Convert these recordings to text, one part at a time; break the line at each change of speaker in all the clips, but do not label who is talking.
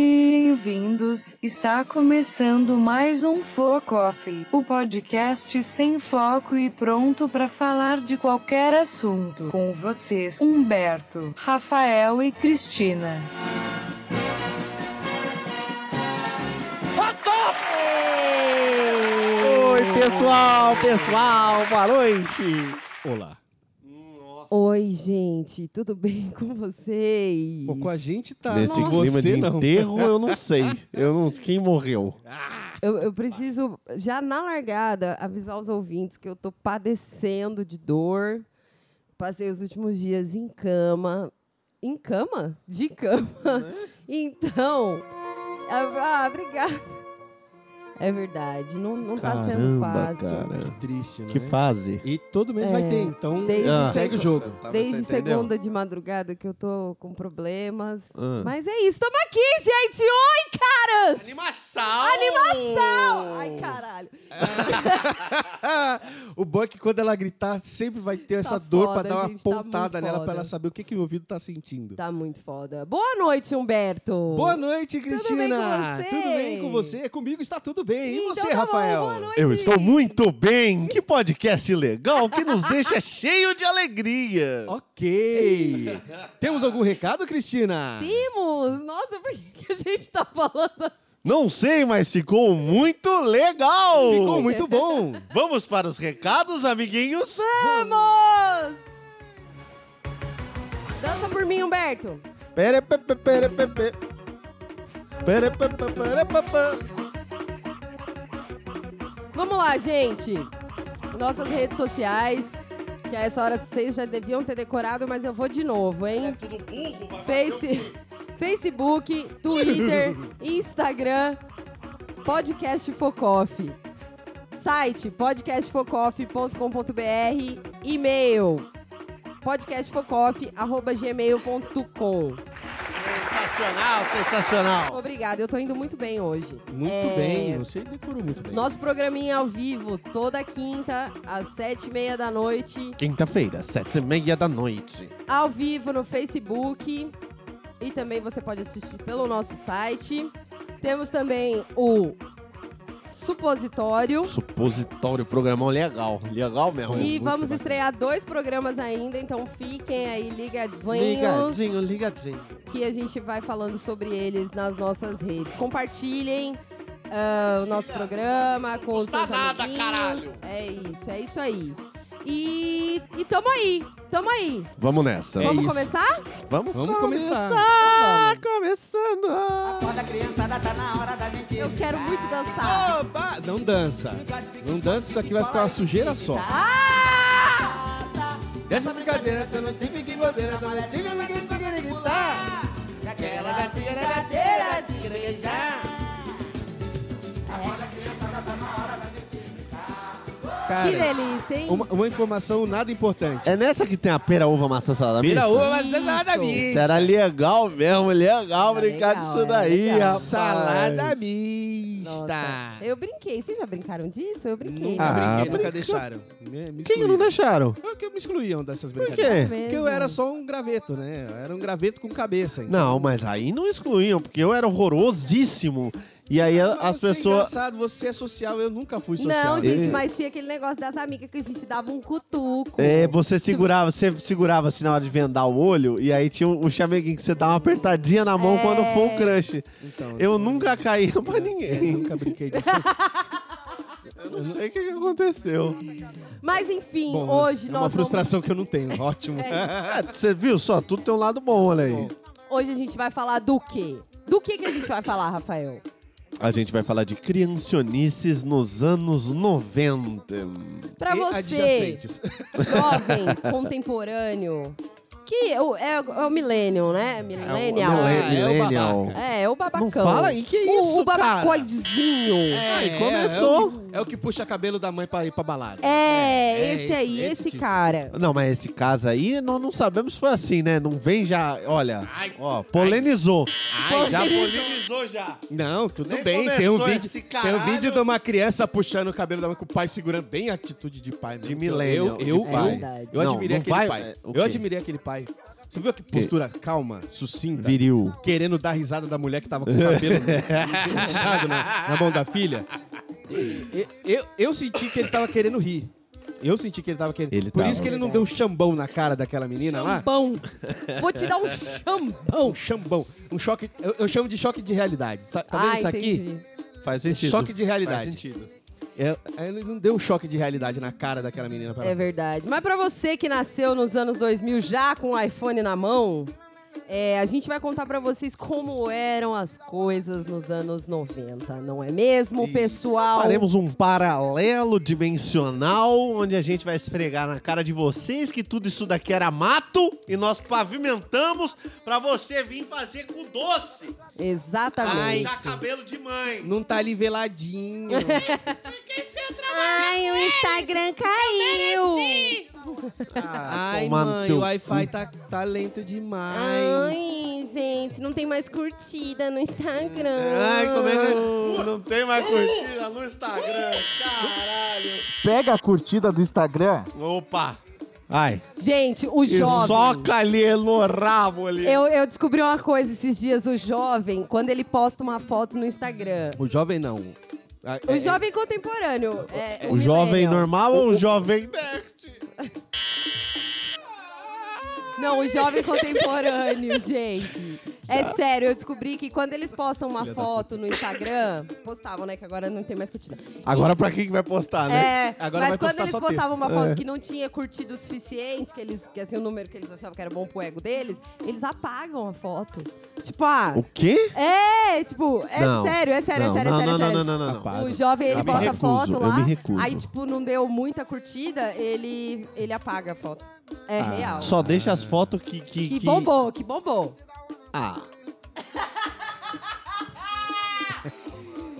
Bem-vindos! Está começando mais um Foco Off, o podcast sem foco e pronto para falar de qualquer assunto. Com vocês, Humberto, Rafael e Cristina.
Oi, pessoal, pessoal, boa noite. Olá.
Oi, gente, tudo bem com vocês?
Pô, com a gente tá.
Nesse
com
clima
você
de
não.
enterro, eu não sei. Eu não sei quem morreu.
Eu, eu preciso, já na largada, avisar os ouvintes que eu tô padecendo de dor. Passei os últimos dias em cama. Em cama? De cama.
Né?
Então. Ah, ah, obrigada. É verdade, não, não tá sendo fácil.
cara.
Triste, né?
Que fase.
E todo mês vai
É,
ter, então
desde
ah.
segunda-
segue o jogo.
Tá,
Desde
você entendeu?
segunda de madrugada que eu tô com problemas.
Ah.
Mas é isso, tamo aqui, gente! Oi, caras!
Animação!
Animação! Ai, caralho.
o bom é que quando ela gritar, sempre vai ter essa
Tá
dor
foda,
pra dar uma
gente, tá
pontada
muito
nela
foda.
pra ela saber o que, que o ouvido tá sentindo.
Tá muito foda. Boa noite, Humberto.
Boa noite, Cristina!
bem com você?
Tudo bem com você? Comigo está tudo bem. E
Então
você,
tá bom,
Rafael?
boa noite.
Eu estou muito bem. Que podcast legal que nos deixa cheio de alegria.
Ok. Temos algum recado, Cristina?
Temos! Nossa, por que que a gente tá falando assim?
Não sei, mas ficou muito legal.
Ficou muito bom.
Vamos para os recados, amiguinhos.
Vamos! Dança por mim, Humberto.
Pera, pe, pe, pera, pe, pe. Pera, pe, pe, pera, pe, pe.
Vamos lá, gente. Nossas redes sociais, que a essa hora vocês já deviam ter decorado, mas eu vou de novo, hein?
É Tudo burro, vai
Face... Facebook, Twitter, Instagram, Podcast Focoff. Site podcastfocoff.com.br, e-mail podcastfocoff@gmail.com.
Sensacional, sensacional.
Obrigada, eu tô indo muito bem hoje.
Muito
É,
bem, você decorou muito bem.
Nosso programinha ao vivo, toda quinta, às sete e meia da noite,
Quinta-feira, sete e meia da noite.
ao vivo no Facebook. E também você pode assistir pelo nosso site. Temos também o Supositório.
Supositório, programão legal. Legal mesmo.
E
é Muito
vamos
bacana.
estrear dois programas ainda, então fiquem aí ligadinhos.
Ligadinho, ligadinho.
Que a gente vai falando sobre eles nas nossas redes. Compartilhem ah, o nosso programa com os seus nada, caralho! É isso, é isso aí. E, e tamo aí, tamo aí.
Vamos nessa.
Vamos
isso.
começar?
Vamos,
Vamos começar.
Começando.
Acorda criançada, tá na hora da gente.
Eu quero muito dançar.
Oba! Não dança. Não dança, isso aqui vai ficar uma sujeira só. Ah!
Dessa brincadeira, você não tem que bandeira, não é tira ninguém pra querer gritar.
Aquela gatinha da cadeira de igreja.
tá Cara,
Que delícia, hein?
uma, uma informação nada importante.
É nessa que tem a pera, uva, maçã, salada
Vira
mista?
uva, mas é salada
Isso.
mista.
Será legal mesmo, legal
Era
brincar
legal,
disso
era
daí,
legal.
rapaz.
Salada
Nossa,
mista.
eu brinquei. Vocês já brincaram disso? Eu brinquei.
Nunca
Ah,
brinquei, nunca
brinca-
deixaram. Me, me
Quem não
excluíram.
deixaram?
Porque me excluíam dessas
Por
brincadeiras.
quê?
Porque eu era só um graveto, né? Eu era um graveto com cabeça. então.
Não, mas aí não excluíam, porque eu era horrorosíssimo. E aí a-
Mas
as
você é
pessoas...
engraçado, você é social, eu nunca fui social.
Não, gente,
É.
mas tinha aquele negócio das amigas que a gente dava um cutuco.
É, você segurava, você segurava assim na hora de vendar o olho, e aí tinha o o chameguinho que você dá uma apertadinha na mão
É.
quando for o crush.
Então,
Eu nunca caí pra ninguém.
nunca brinquei disso.
Eu não sei o que que aconteceu.
Mas enfim,
Bom,
hoje
é
nós
uma
vamos-
frustração que eu não tenho. Ótimo.
É, Você viu só? Tudo tem um lado bom, olha aí.
Hoje a gente vai falar do quê? Do que que a gente vai falar, Rafael?
A gente vai falar de criancionices nos anos 90.
Pra
E
você,
adjacentes.
jovem, contemporâneo, que o- é, é o Millennium, né?
É,
Millennial.
Mille-
Ah, é o
millennial.
babaca.
É, é o babacão.
Não fala aí, que é isso,
O, o babacoidezinho.
Aí
começou.
É, o que, é o que puxa cabelo da mãe pra ir pra balada.
É,
é
esse
isso,
aí,
esse
esse,
tipo.
cara.
Não, mas esse caso aí, nós não sabemos se foi assim, né? Não vem já, olha, ó, polenizou.
Ai, já
polenizou já.
Não, tudo
Nem
bem. Tem um,
começou
vídeo,
esse
tem um
caralho.
vídeo de uma criança puxando o cabelo da mãe com o pai segurando bem a atitude de pai. né?
De millennial,
Eu, eu,
de
eu,
pai.
eu
Não,
admirei
não
aquele
vai-
pai.
é, o
Eu
quê?
admirei aquele pai. Você viu que postura calma, sucinta?
Viril.
Querendo dar risada da mulher que tava com o cabelo puxado na, na mão da filha. E- Eu, eu senti que ele tava querendo rir. Eu senti que ele tava querendo.
Ele
Por
tava.
isso que ele não deu um chambão na cara daquela menina lá.
Chambão. Vou te dar um chambão.
Um chambão. Um choque. Eu, eu chamo de choque de realidade. Sa- Tá vendo
Ah,
isso aqui?
entendi.
Faz sentido.
Choque de
Faz
realidade.
sentido.
É, ele não deu um choque de realidade na cara daquela menina. Pra
É verdade. Mas pra você que nasceu nos anos 2000 já com o iPhone na mão, é, a gente vai contar pra vocês como eram as coisas nos anos 90, não é mesmo,
Isso.
pessoal?
Faremos um paralelo dimensional onde a gente vai esfregar na cara de vocês que tudo isso daqui era mato e nós pavimentamos pra você vir fazer com doce.
Exatamente.
Puxar cabelo de mãe.
Não tá niveladinho.
Ai, o Instagram caiu. Ah,
Ai,
tomar no
mãe,
teu
o Wi-Fi tá, tá lento demais.
Ai, gente, não tem mais curtida no Instagram.
Ai, como é que. Uh, Não tem mais curtida no Instagram. Caralho.
Pega a curtida do Instagram.
Opa. Ai.
Gente, o
E
jovem.
soca ali no rabo ali.
Eu, eu descobri uma coisa esses dias, o jovem, quando ele posta uma foto no Instagram.
O jovem não. Ah,
O
é-
jovem contemporâneo. é,
O jovem
millennial.
normal ou o jovem nerd?
Não, o jovem contemporâneo, gente. É
Tá.
sério, eu descobri que quando eles postam uma foto no Instagram, postavam, né? Que agora não tem mais curtida.
Agora pra quem que vai postar, né?
É,
Agora vai
mas quando
postar
eles
só
postavam uma
É.
foto que não tinha curtido o suficiente, que eles, que assim, o número que eles achavam que era bom pro ego deles, eles apagam a foto. Tipo, ah,
O quê?
é, tipo, é
Não.
sério, é sério, é
não,
sério, é
não,
sério, é sério.
não, não, não, não, não, não.
O jovem, ele
Eu me
posta
recuso,
foto
eu
lá,
me recuso.
aí, tipo, não deu muita curtida, ele, ele apaga a foto. É real.
Ah. Só deixa as fotos que.
Que
Que,
bombou, que bombou.
Ah,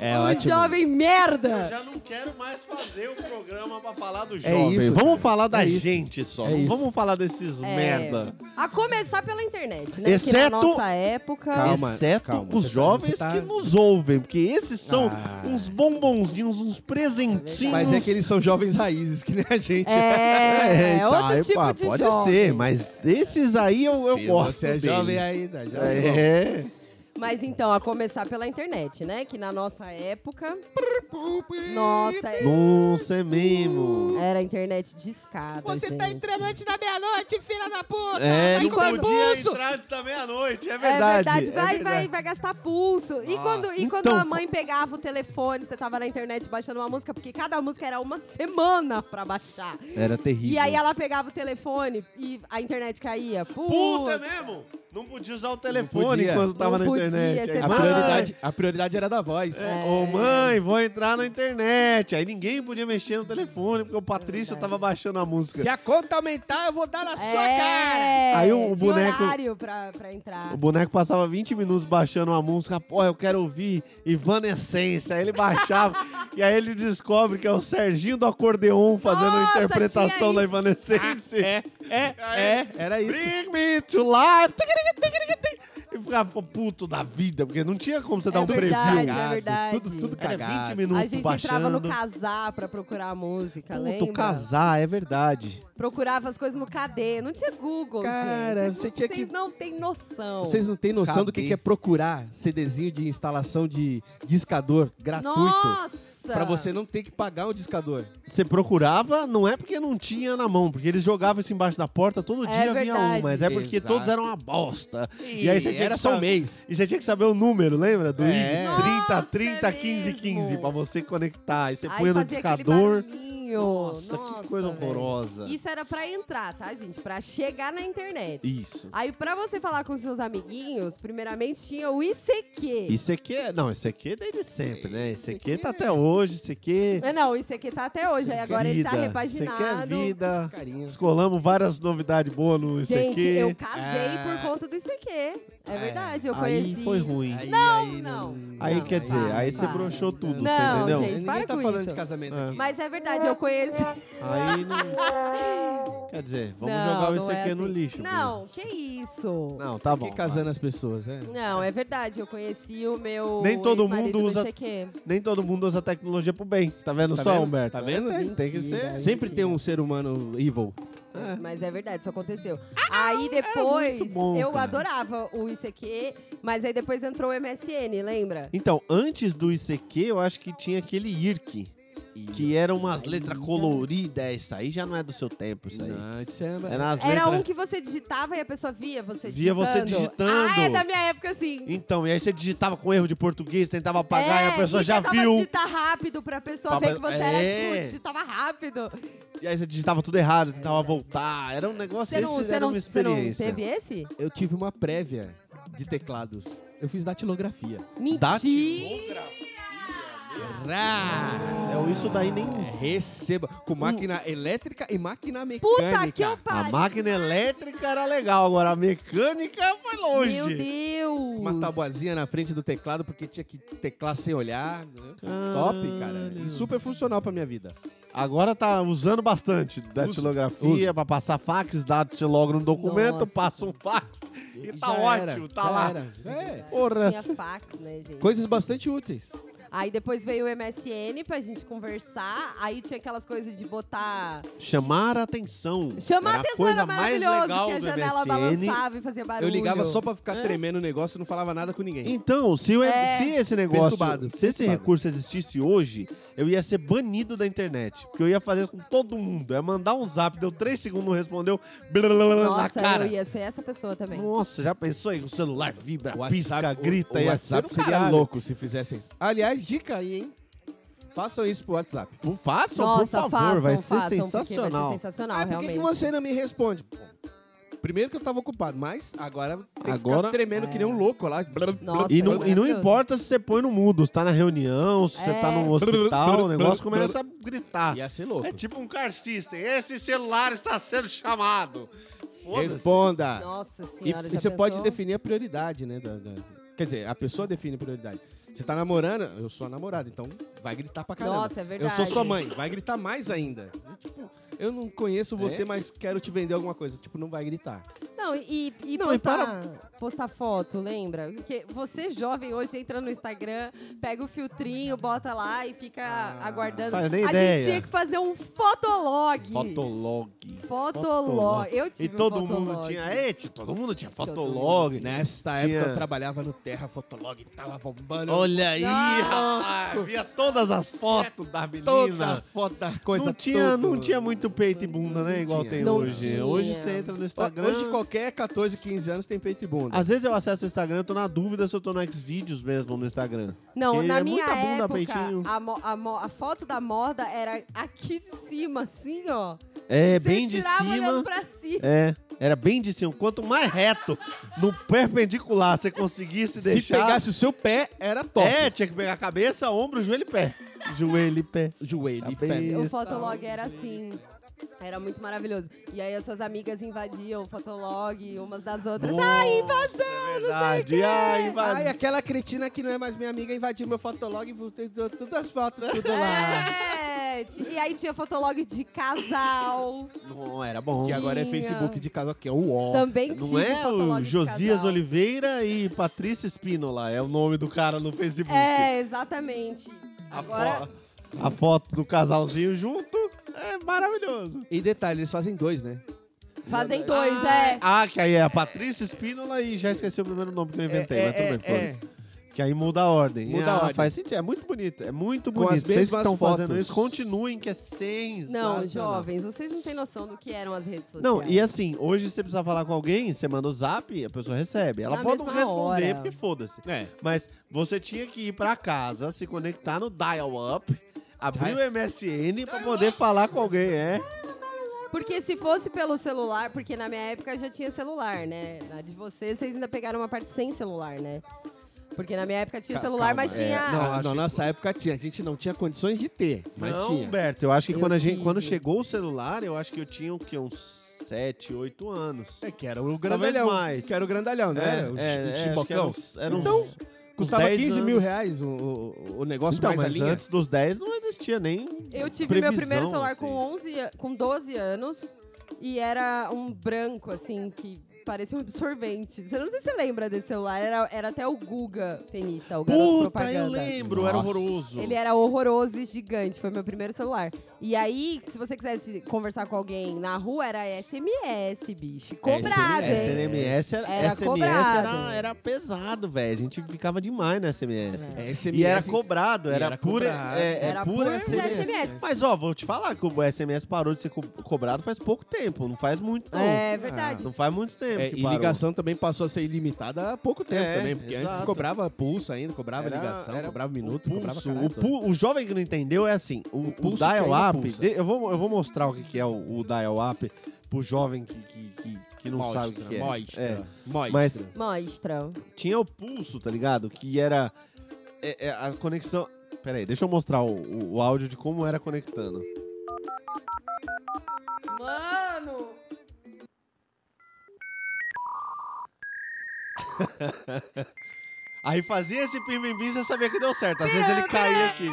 É
o
ótimo.
jovem merda!
já não quero mais fazer o programa pra falar do
jovem. isso,
Vamos
cara.
falar da
É isso.
gente só.
É
não
isso.
vamos falar desses
É,
merda.
A começar pela internet, né? Que na
Exceto-
nossa época.
Calma.
Exceto
calma,
os
você tá-
jovens
você tá-
que nos ouvem, porque esses são
Ah.
uns bombonzinhos, uns presentinhos.
Mas é que eles são jovens raízes, que nem a gente.
É, é
então,
outro
aí,
tipo
pá,
de
Pode
jovem.
ser, mas esses aí eu, eu
Se
gosto
Você é
deles.
jovem ainda. Já
É.
Mas então, a começar pela internet, né? Que na nossa época. Nossa,
Nossa, é mesmo.
era a internet discada. Você tá entrando antes da meia-noite, filha da puta!
É,
Vai comer pulso!
entrar antes da meia-noite, é
é verdade,
é
vai,
verdade.
vai, vai gastar pulso. E quando, e quando
então,
a mãe pegava o telefone, você tava na internet baixando uma música, porque cada música era uma semana pra baixar.
Era terrível.
E aí ela pegava o telefone e a internet caía. Puta,
É Puta mesmo! Não podia usar o
Não
telefone
podia.
quando tava
Não
na
podia,
internet. É
você tá
Aí,
A
tava-
mãe,
prioridade, a prioridade era da voz.
é, Ô mãe, vou entrar na internet. Aí ninguém podia mexer no telefone,
É
porque o Patrício tava baixando a música.
Se a conta aumentar, eu vou dar na sua
é,
cara.
Aí o
tinha
boneco-
horário pra, pra entrar.
O boneco passava 20 minutos baixando uma música, pô, eu quero ouvir Evanescência. Aí ele baixava, e aí ele descobre que é o Serginho do Acordeon fazendo
Nossa,
a interpretação
tinha
da
isso. Ah,
Evanescência.
É, é, é, era isso.
Bring me to life. E ficava puto da vida, porque não tinha como você dar
É
um
verdade,
preview.
é verdade.
Tudo, tudo
Era
cagado.
20 minutos
a gente
é baixando.
entrava no casar pra procurar a música, lembra?
Puto, casar, é verdade.
Procurava as coisas no KD. Não tinha Google,
Cara,
gente.
você tinha
Vocês
que-
não têm noção.
Vocês não têm noção do que,
Cadê?
que é procurar CDzinho de instalação de discador gratuito.
Nossa!
Pra você não ter que pagar um discador.
Você procurava, não é porque não tinha na mão, porque eles jogavam isso embaixo da porta,
É
todo dia vinha um,
verdade.
mas é porque
Exato.
todos eram uma bosta. E, aí você tinha
era
que
só um
saber-
mês.
E você tinha que saber o número, lembra? Do
É.
IG 30,
Nossa,
30,
é
15, 15,
mesmo.
pra você conectar. Aí você
Aí
punha no
fazia aquele
discador.
barulhinho. Tadinho!
Nossa, que coisa
velho.
horrorosa.
Isso era pra entrar, tá, gente? Pra chegar na internet.
Isso.
Aí, pra você falar com seus amiguinhos, primeiramente tinha o ICQ.
Isso aqui é. Não, isso aqui é desde sempre, né? Isso
Isso
aqui
aqui
tá
é-
até hoje, isso aqui.
É, não, o ICQ tá até hoje. Aí agora ele tá
vida,
repaginado.
Isso aqui é vida.
Carinho.
Descolamos várias novidades boas no isso é
Gente,
aqui.
eu casei
É.
por conta do ICQ. É verdade, eu
aí
conheci.
foi ruim. Aí,
Não, não. não,
quer dizer,
para,
aí você
para.
broxou
Não,
tudo, você entendeu?
gente, para
Ninguém tá
com
falando
isso.
de casamento
É.
aqui.
Mas é verdade, eu conheci.
Aí não. Quer dizer, vamos
Não,
jogar
não
isso
é
aqui no
assim.
lixo.
Não, que isso.
Bruno. Não, tá bom.
Fiquei casando as pessoas, né?
Não, é verdade, eu conheci o meu.
Nem todo
ex-marido
mundo
no
usa-
ICQ.
vai. Nem todo mundo usa tecnologia pro bem. Tá vendo
Tá
só,
vendo?
Humberto?
Tá vendo?
É, tem que
Mentira.
ser.
Sempre tem um ser humano evil.
Mas é verdade, isso aconteceu. Aí depois,
Ah, é muito bom,
eu
cara.
adorava o ICQ, mas aí depois entrou o MSN, lembra?
Então, antes do ICQ, eu acho que tinha aquele IRC. Que eram umas letras coloridas. Isso aí já não é do seu tempo, isso aí.
Não, isso é-
Era as
Era um
letras.
que você digitava e a pessoa via você
Via
digitando.
você digitando.
Ah, é da minha época, sim.
Então, e aí você digitava com erro de português, tentava apagar,
é,
e a pessoa
e
já
tentava
viu.
digitar rápido pra pessoa
Pra-
ver que você
é.
era, tipo, digitava rápido.
E aí você digitava tudo errado, tentava voltar. Era um negócio,
Você não,
esse
você
era
não,
uma
você não
experiência.
teve esse?
Eu tive uma prévia de teclados. Eu fiz datilografia.
Mentira!
É, isso daí nem...
Ah, Receba. Com máquina elétrica e máquina
Puta
mecânica.
que eu
A
pariu!
máquina elétrica era legal, agora a mecânica foi longe.
Meu Deus!
Uma tabuazinha na frente do teclado, porque tinha que teclar sem olhar. né? Top, cara. E super funcional pra minha vida.
Agora tá usando bastante datilografia
usa.
pra passar fax, datilogra um documento,
Nossa.
passa um fax e tá
Já era,
ótimo, tá
já
lá.
era. É.
Porra,
Tinha fax, né, gente?
Coisas bastante úteis.
Aí depois veio o MSN pra gente conversar. Aí tinha aquelas coisas de botar.
chamar a atenção.
Chamar
a
atenção
coisa
era
mais
maravilhoso,
legal
que a
do
janela
MSN.
balançava e fazia barulho.
Eu ligava só pra ficar tremendo o negócio e não falava nada com ninguém.
Então, se, eu-
É.
se esse negócio,
Perturbado,
se esse
perturbado.
recurso existisse hoje, eu ia ser banido da internet. Porque eu ia fazer com todo mundo. É mandar um zap, deu três segundos, não respondeu, blá, blá, blá, blá, na
Nossa,
cara.
eu ia ser essa pessoa também.
Nossa, já pensou aí? O celular vibra,
O
Então, pisca,
WhatsApp-
grita.
o, o
ia
WhatsApp
ser do
seria
caralho.
louco se fizessem. Aliás, dica aí, hein? Façam isso pro WhatsApp.
Pô, Façam,
Nossa,
por favor,
façam,
vai ser
façam, porque vai
sensacional.
ser sensacional,
ah, por que
realmente.
que você não me responde? Pô, Primeiro que eu tava ocupado, mas agora tem que
Agora-
ficar tremendo que nem um louco lá.
É. Nossa,
E não, e não
Maravilhoso.
importa se você põe no mudo, se tá na reunião, se você
É.
tá no hospital, o negócio começa a gritar.
Ia ser louco.
É tipo um car system. Esse celular está sendo chamado. Foda-se.
Responda.
Nossa
E,
senhora,
e
já
você
pensou?
pode definir a prioridade, né? da- da- Quer dizer, a pessoa define a prioridade. Você tá namorando, eu sou a namorada, então vai gritar pra caramba.
Nossa, é verdade.
Eu sou sua mãe, vai gritar mais ainda. Tipo, eu não conheço
É?
você, mas quero te vender alguma coisa. Tipo, não vai gritar.
Não, e, e
Não, e
postar, postar foto, lembra? Porque você jovem hoje entra no Instagram, pega o filtrinho, bota lá e fica
Ah,
aguardando.
faz nem
a
ideia.
gente tinha que fazer um fotolog.
Fotolog.
Fotolog. Eu
E
tive um
todo
fotolog.
mundo tinha. é? Ete, todo mundo tinha
Todo
fotolog, né?
Nesta
Tinha-
época eu trabalhava no Terra Fotolog, tava bombando.
Olha aí,
Ah,
rapaz. Via todas as fotos da
toda a
menina.
foto da coisa
não, tinha,
tudo.
não tinha muito peito e bunda, né? Igual
tinha.
tem
Não
hoje.
tinha.
Hoje você entra no Instagram.
Hoje qualquer 14, 15 anos tem peito e bunda.
ah. Às vezes eu acesso o Instagram, eu tô na dúvida se eu tô no Xvideos mesmo no Instagram.
Não,
Porque
na
é
minha
muita bunda,
época,
peitinho.
a, mo- a mo- a foto da moda era aqui de cima, assim, ó.
É,
Você
bem de
tirava
cima.
olhando pra cima.
É, era bem de cima. Quanto mais reto, no perpendicular, você conseguisse
Se
deixar.
pegasse o seu pé, era top.
É, tinha que pegar a cabeça, ombro, joelho e pé. Joelho e pé.
Joelho e
Cabeça.
pé.
O fotolog era assim. Era muito maravilhoso. E aí as suas amigas invadiam o fotolog umas das outras. Ah, invasão!
é verdade. Ai, invasão.
Ai, aquela cretina que não é mais minha amiga invadiu meu fotolog e botou todas as fotos, tudo lá.
É, ti- e aí tinha fotolog de casal.
Não, era bom.
Que agora é
Tinha.
Facebook de casal, que é o ó.
Também
Não
tive
é
fotolog
o
de
Josias
casal.
Oliveira e Patrícia Espínola, é o nome do cara no Facebook.
É, exatamente. Agora,
fo- a foto do casalzinho junto é maravilhoso.
E detalhe, eles fazem dois, né?
fazem dois, é.
Ah, que aí é a Patrícia Espínola e já esqueci o primeiro nome que eu inventei,
É,
mas tudo
é,
bem, foda-se.
é.
Que aí muda a ordem.
Muda
Ah,
a ordem.
Faz sentido. É muito bonito. É muito
Com
bonito.
as
Vocês que
mesmas
estão fazendo
fotos.
isso, continuem, que é sensacional.
Não, jovens, vocês não têm noção do que eram as redes sociais.
Não, e assim, hoje você precisa falar com alguém, você manda o zap, a pessoa recebe. Ela
Na
pode não
mesma
responder,
hora.
porque foda-se.
É.
Mas você tinha que ir pra casa, se conectar no dial-up, Abriu o MSN pra poder falar com alguém, é?
Porque se fosse pelo celular, porque na minha época já tinha celular, né? Na de vocês, vocês ainda pegaram uma parte sem celular, né? Porque na minha época tinha celular, mas
é,
tinha.
não,
Ah,
acho
na
que-
nossa época tinha. A gente não tinha condições de ter, mas
não,
tinha.
Humberto, eu acho que
Eu
quando, a gente,
tive.
quando chegou o celular, eu acho que eu tinha o quê? Uns 7, 8 anos.
É que era o
Talvez
grandalhão.
mais. É,
Que era o grandalhão, né? era o, chi- o
acho que era
chimbocão.
uns- era uns-
Então,
uns
Custava
10
15 mil
anos.
reais o, o, o negócio
Então,
mais a
mas
linha.
antes dos 10 não existia nem.
Eu tive
previsão,
meu primeiro celular com,
assim.
11, a- com 12 anos e era um branco, assim, que parecia um absorvente. Eu não sei se você lembra desse celular, era, era até o Guga tenista, o garoto
Puta,
propaganda.
eu lembro, era
Nossa.
horroroso.
Ele era horroroso e gigante, foi meu primeiro celular. E aí, se você quisesse conversar com alguém na rua, era SMS, bicho. Cobrado,
É,
hein?
SMS era,
Era
SMS
cobrado.
era, era pesado, velho. A gente ficava demais no SMS.
É,
E era
como
cobrado,
E
era,
era
pura,
cobrado.
É, é
Era pura
pura SMS.
SMS.
Mas, ó, vou te falar que o SMS parou de ser co- cobrado faz pouco tempo. Não faz muito, não.
É verdade.
Não faz muito tempo
É,
que
e
parou.
ligação também passou a ser ilimitada há pouco tempo
É,
também, porque antes
exato.
cobrava pulso ainda, cobrava
Era-
ligação,
era
cobrava
O
minuto, cobrava
pulso,
caralho.
o, pu- o jovem que não entendeu é assim, o, o
pulso caiu no
dial-up...
pulso.
de- Eu vou, eu vou mostrar o que que é o, o dial-up pro jovem que, que, que, que não
mostra,
sabe o que que é.
mostra,
É.
mostra.
Mas-
Mostra.
Tinha o pulso, tá ligado? Que era é- é a conexão... Peraí, deixa eu mostrar o, o- o áudio de como era conectando.
Mano!
Aí fazia esse pimbimbim e você sabia que deu certo. Às vezes ele caía aqui.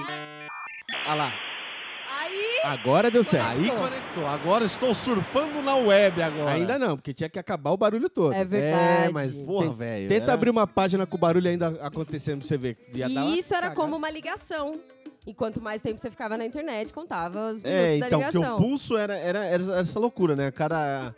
Ah lá.
Aí!
Agora deu certo.
Aí conectou. Agora estou surfando na web agora.
Ainda não, porque tinha que acabar o barulho todo.
É verdade.
É, mas porra, velho.
Tenta
era-
abrir uma página com o barulho ainda acontecendo pra você ver. Ia dar uma
E isso era
cagada.
como uma ligação. E quanto mais tempo você ficava na internet, contava os minutos
É, então,
da
porque o
ligação.
pulso era, era, era essa- essa loucura, né? Cada.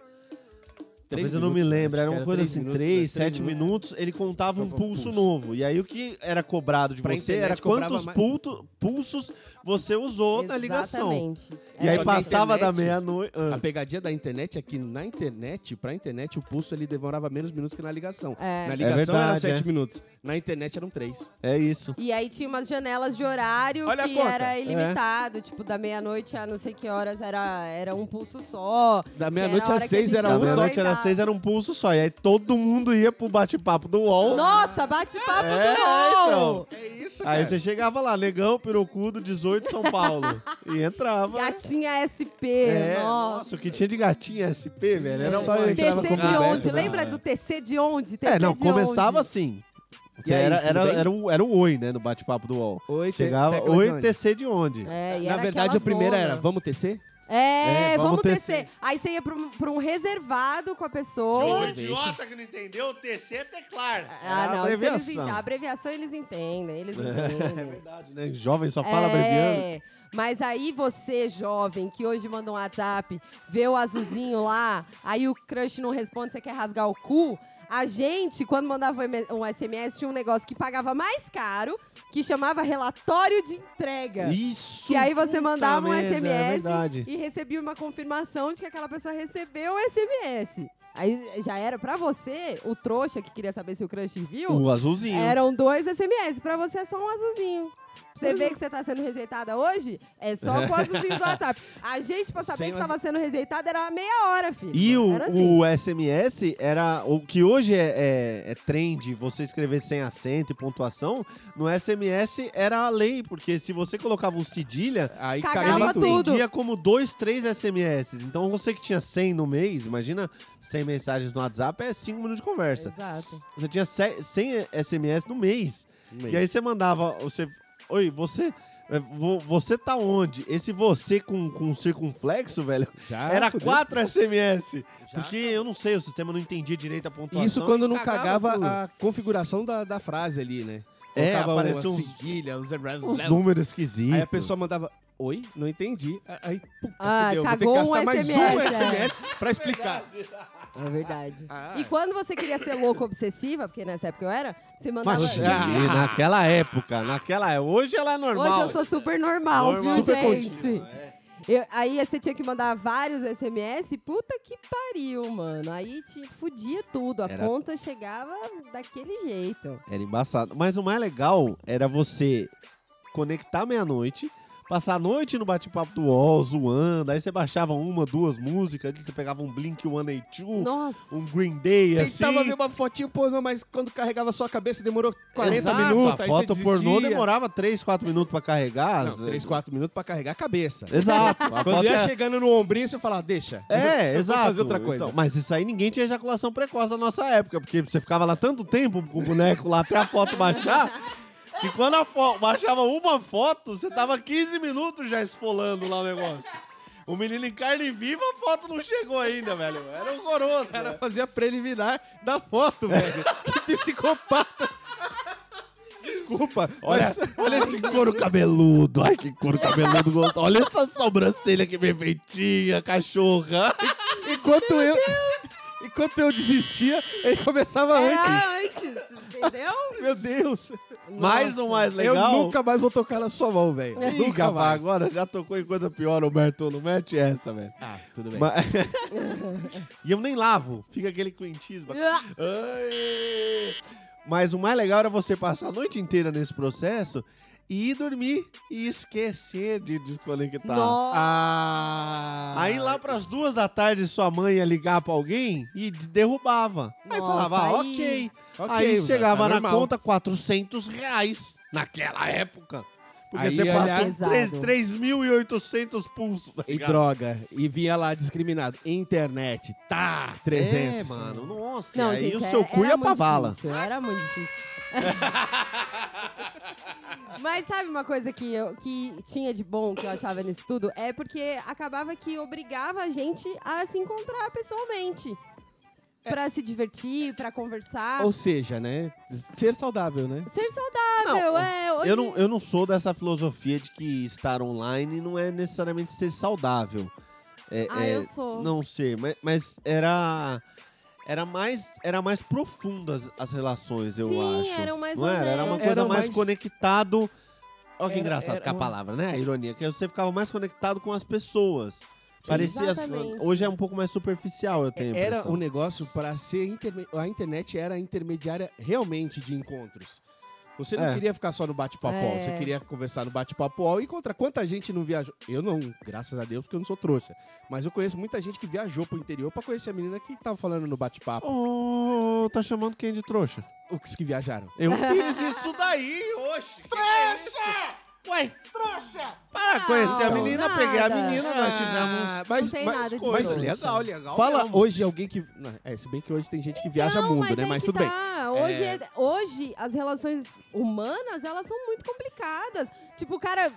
Talvez
Três
eu não me
minutos, né?
lembro,
acho
era
que
uma
era
coisa
três
assim,
minutos,
três,
né? Três
sete minutos, ele contava um
Contava um
pulso,
pulso.
novo. E aí o que era cobrado de
Pra
você
internet
era
cobrava
quantos
mais.
pulto- pulsos você usou na ligação.
Exatamente.
E
É,
aí
só que a
passava da
internet-
meia-noite. ah.
A pegadinha da internet é que na internet, pra internet, o pulso ele demorava menos minutos que na ligação.
É.
Na ligação eram
verdade,
sete
é.
minutos. Na internet eram três.
É isso.
E aí tinha umas janelas de horário
Olha a
que
conta.
era ilimitado, tipo, da meia-noite a não sei que horas era, era um pulso só.
Da meia-noite
a
às
hora que
seis
a gente
era
Da
um só.
meia-noite era
Verdade.
seis, era um pulso só. E aí todo mundo ia pro bate-papo do UOL.
Nossa, bate-papo
Oh. É,
do UOL!
então.
É isso,
Aí você chegava lá, negão, pirocudo, 18, São Paulo. e entrava.
Gatinha SP,
É, Então,
nossa.
nossa, o que tinha de gatinha SP, velho, era
Só
uma-
eu entrava
TC
com
de
conversa,
onde?
né?
Lembra do TC de onde? TC
É, não,
de onde?
começava assim.
E aí,
era,
tudo
era,
bem?
era, o, era o oi, né, no bate-papo do UOL.
Oi, te-
Chegava,
tecla de
oi,
onde?
TC de onde?
É, e
Na
era
verdade,
aquela
o primeiro
zona.
era, vamos tecer?
É,
É,
vamos,
vamos
descer.
descer.
Aí você ia pra um, pra um reservado com a pessoa.
idiota que não entendeu, TC é teclar.
Ah, não, isso eles
abreviação.
entendem. A abreviação eles entendem, eles
É.
entendem.
Verdade, né? Jovem só fala abreviando.
É, Mas aí você, jovem, que hoje manda um WhatsApp, vê o azulzinho lá, aí o crush não responde, você quer rasgar o cu. A gente, quando mandava um SMS, tinha um negócio que pagava mais caro, que chamava relatório de entrega.
Isso.
Que aí você
puta
mandava um
merda, É
SMS
verdade.
e recebia uma confirmação de que aquela pessoa recebeu o SMS. Aí já era pra você, o trouxa que queria saber se o crush viu,
O azulzinho.
eram dois SMS. Pra você é só um azulzinho. Você
Uhum.
vê que você tá sendo rejeitada hoje, é só com o azulzinho do WhatsApp. A gente, pra saber
Sem
que
azul.
tava sendo rejeitada, era uma meia hora, filho.
E o,
Era assim.
o SMS era o que hoje é, é, é trend, você escrever sem acento e pontuação. No SMS era a lei, porque se você colocava um cedilha,
Aí
Cagava
cagava
ele
tudo.
tudo.
entendia como dois, três SMS. Então você que tinha 100 no mês, imagina 100 mensagens no WhatsApp é 5 minutos de conversa.
Exato.
Você tinha se- 100 SMS no mês. E aí você mandava, você, oi, você, é, vo- você tá onde? Esse você com, com circunflexo, velho,
Já
era
Ah, fudeu.
4 SMS.
Já
Porque eu não sei, o sistema não entendia direito a pontuação.
Isso quando não cagava,
tudo.
a configuração da, da frase ali, né?
É,
Colocava
apareceu
uma
uns-
cedilha, uns... né?
Uns números esquisitos.
Aí a pessoa mandava, oi, não entendi. Aí, puta,
Ah,
fudeu, vou ter
cagou
que
um
gastar mais um
SMS, é.
SMS pra explicar.
É verdade.
Ah.
E quando você queria ser louca obsessiva, porque nessa época eu era, você mandava.
Mas-
E naquela época, naquela época. Hoje ela é normal.
Hoje eu sou super normal,
Normal. é.
viu,
Super
gente? Eu- aí você tinha que mandar vários SMS, puta que pariu, mano. Aí te fudia tudo, a
Era-
conta chegava daquele jeito.
Era embaçado. Mas o mais legal era você conectar meia-noite Passar a noite no bate-papo do UOL, zoando. Aí você baixava uma, duas músicas. Você pegava um Blink 182,
Nossa.
um Green Day, assim.
Tentava ver uma fotinho pornô, mas quando carregava só a cabeça demorou 40
Exato,
minutos.
A
aí
foto
você
pornô
desistia.
demorava 3, 4 minutos pra carregar.
Não, 3, 4 minutos pra carregar a cabeça.
Exato. A
Quando
foto
ia
é-
chegando no ombrinho, você falava, deixa.
É,
Eu vou
exato.
fazer outra coisa.
Então, mas isso aí ninguém tinha ejaculação precoce na nossa época, porque você ficava lá tanto tempo com o boneco lá até a foto baixar, que quando a fo- baixava uma foto, você tava 15 minutos já esfolando lá o negócio. O menino em carne viva, a foto não chegou ainda, velho. Era horroroso.
O cara
né?
fazia preliminar da foto, velho. que psicopata. Desculpa.
Olha,
mas-
olha esse couro cabeludo. Ai, que couro cabeludo. gostoso. Olha essa sobrancelha que bem feitinha, cachorra.
enquanto eu... Enquanto eu desistia, ele começava antes.
Era antes, entendeu?
Meu Deus.
Mais um mais legal. É.
Eu nunca mais vou tocar na sua mão, velho.
Ih,
Nunca
rapaz,
mais.
agora já tocou em coisa pior, o Bertolo. Mete essa, velho.
Ah, tudo bem.
Mas- e eu nem lavo. Fica aquele quentismo.
Ah,
Ai. Mas o mais legal era você passar a noite inteira nesse processo e ir dormir e esquecer de desconectar.
Nossa.
Ah.
Aí lá pras duas da tarde sua mãe ia ligar pra alguém e de- derrubava. Aí
Nossa,
falava, ah,
aí-
ok.
Ok,
aí
tá
chegava na
normal.
conta 400 reais naquela época. Porque
Aí,
você
aliás-
passou três-
Pesado.
3.800 pulsos. tá
E
ligado?
droga. E vinha lá discriminado. Internet. Tá, 300.
É, mano, nossa.
Não,
e aí
gente, é-
o seu
era-
cu
era
ia
muito
pra vala.
difícil, Era muito difícil. Mas sabe uma coisa que, eu, que tinha de bom que eu achava nisso tudo? É porque acabava que obrigava a gente a se encontrar pessoalmente. Pra se divertir, pra conversar.
Ou seja, né? Ser saudável, né?
Ser saudável,
Não,
é. Hoje
Eu não, eu não sou dessa filosofia de que estar online não é necessariamente ser saudável. É,
Ah,
é,
eu sou.
Não sei, mas, mas era era mais era mais profundo as, as relações, eu
Sim,
acho.
eram mais
não era, era uma
honestas.
coisa
Eram
mais,
mais-
conectado. Olha que
Era-
engraçado
era
que é a
uma-
palavra, né? A ironia que você ficava mais conectado com as pessoas. Parecia
Exatamente.
hoje é um pouco mais superficial, eu tenho. a
Era
impressão.
um negócio para ser interme- a internet era a intermediária realmente de encontros. Você não
É.
queria ficar só no bate-papo,
É.
você queria conversar no bate-papo UOL e contra quanta gente não viajou. Eu não, graças a Deus, porque eu não sou trouxa. Mas eu conheço muita gente que viajou pro interior pra conhecer a menina que tava falando no bate-papo.
Oh, tá chamando quem de trouxa?
Os que viajaram.
Eu fiz isso daí, oxe. Trouxa! Ué, trouxa! Para, conhecer a
Não,
menina,
nada.
peguei a menina, nós tivemos...
Ah, mas,
tem
mas-
nada de
mas
trouxa.
legal, legal.
Fala
mesmo.
hoje alguém que. não, é, se bem que hoje tem gente que viaja
Não,
mundo,
mas
né?
aí
Mas
que
tudo bem.
tá. Hoje, é- hoje, as relações humanas, elas são muito complicadas. Tipo, o cara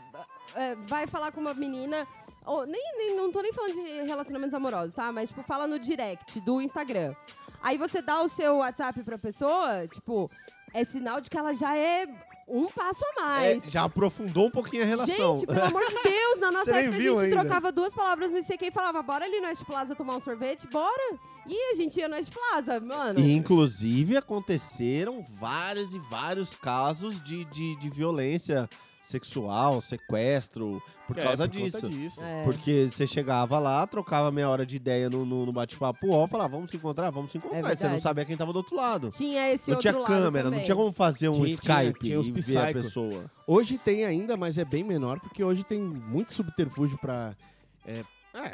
é, vai falar com uma menina... ou- nem, nem- não tô nem falando de relacionamentos amorosos, tá? Mas, tipo, fala no direct do Instagram. Aí você dá o seu WhatsApp pra pessoa, tipo... É sinal de que ela já é um passo a
É,
mais.
já aprofundou um pouquinho a relação.
Gente, pelo amor de Deus, na nossa
Você nem
época a
viu
gente
ainda.
trocava duas palavras no ICQ e falava, bora ali no West Plaza tomar um sorvete, bora. E a gente ia no West Plaza, mano.
E, inclusive, aconteceram vários e vários casos de, de, de violência sexual, sequestro, por causa disso.
É.
Porque você chegava lá, trocava meia hora de ideia no, no, no bate-papo, ó, falava, vamos se encontrar, vamos se encontrar. E você não
verdade.
sabia quem tava do outro lado.
Tinha esse
não
outro
tinha
lado
câmera,
também.
não tinha como fazer um
Tinha- tinha-
Skype
tinha os
e ver a
psycho.
pessoa.
Hoje tem ainda, mas é bem menor, porque hoje tem muito subterfúgio pra.
É,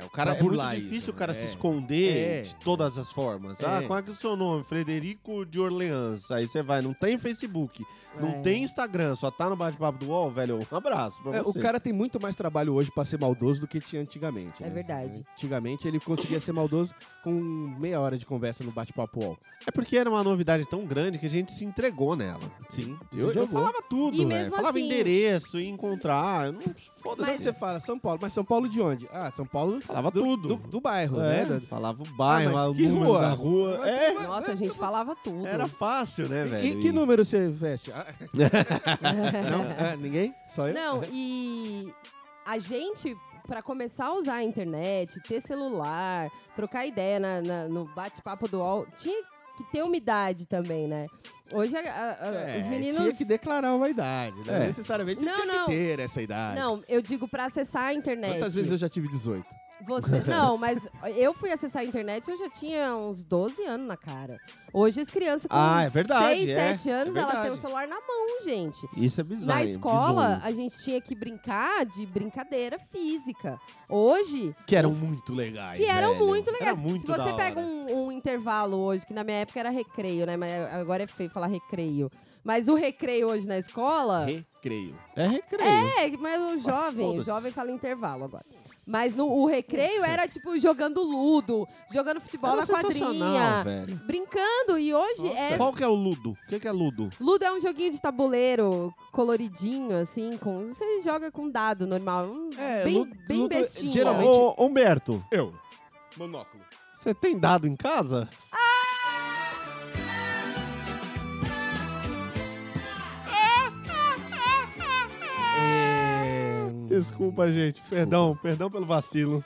o cara
Pra
é muito
burlar
difícil
isso,
o cara
é.
se esconder
É.
de todas as formas.
É.
Ah, qual é, que é o seu nome? Frederico de Orleans. Aí você vai, não tem Facebook, não
É.
tem Instagram, só tá no bate-papo do UOL, velho. Um abraço pra
É, o
você.
cara tem muito mais trabalho hoje pra ser maldoso do que tinha antigamente.
É
né?
verdade.
Antigamente ele conseguia ser maldoso com meia hora de conversa no bate-papo UOL.
É porque era uma novidade tão grande que a gente se entregou nela.
Sim,
Eu, eu falava tudo,
E
velho.
mesmo
Falava
assim-
endereço, ia encontrar, eu não
Mas
foda-se.
você fala São Paulo, mas São Paulo de onde? Ah, São Paulo
Falava
do,
tudo.
do, do bairro,
É,
né?
falava o bairro,
Ah, mas
o
que
número
rua?
da rua.
Mas
É,
Nossa, a gente falava tudo.
era fácil, né,
E-
velho?
E que número você veste? Ah, não? Ah, ninguém? Só eu?
Não, e a gente, pra começar a usar a internet, ter celular, trocar ideia na- na- no bate-papo do UOL, tinha que ter uma idade também, né? Hoje a- a- a-
É,
os meninos...
Tinha que declarar uma idade, né?
É.
Necessariamente você
Não,
tinha
não. é,
que ter essa idade.
Não, eu digo pra acessar a internet.
Quantas vezes eu já tive 18?
Você não, mas eu fui acessar a internet, eu já tinha uns 12 anos na cara. Hoje as crianças com
Ah, é verdade,
6,
é.
7 anos,
É
elas
verdade.
têm o celular na mão, gente.
Isso é bizarro.
Na
hein?
escola,
Bizonho.
a gente tinha que brincar de brincadeira física. Hoje,
Que eram muito legais.
que eram
É, velho.
muito legais.
Era muito
Se você
da
pega
hora.
um, um intervalo hoje, que na minha época era recreio, né? Mas agora é feio falar recreio. Mas o recreio hoje na escola.
Recreio. É recreio.
É, mas o jovem, o
foda-se.
jovem fala intervalo agora. Mas no, o recreio era tipo jogando ludo, jogando futebol
Era
na quadrinha,
sensacional, velho.
brincando. E hoje é.
Qual que é o Ludo? O que, que é Ludo?
Ludo é um joguinho de tabuleiro coloridinho, assim, com. Você joga com dado normal. um-
É,
bem,
Lu-
bem
Ludo é-
bestinha.
geralmente-
Ô, ô, Humberto,
Eu. Monóculo.
você tem dado em casa?
É.
Desculpa, gente. Perdão, perdão pelo vacilo.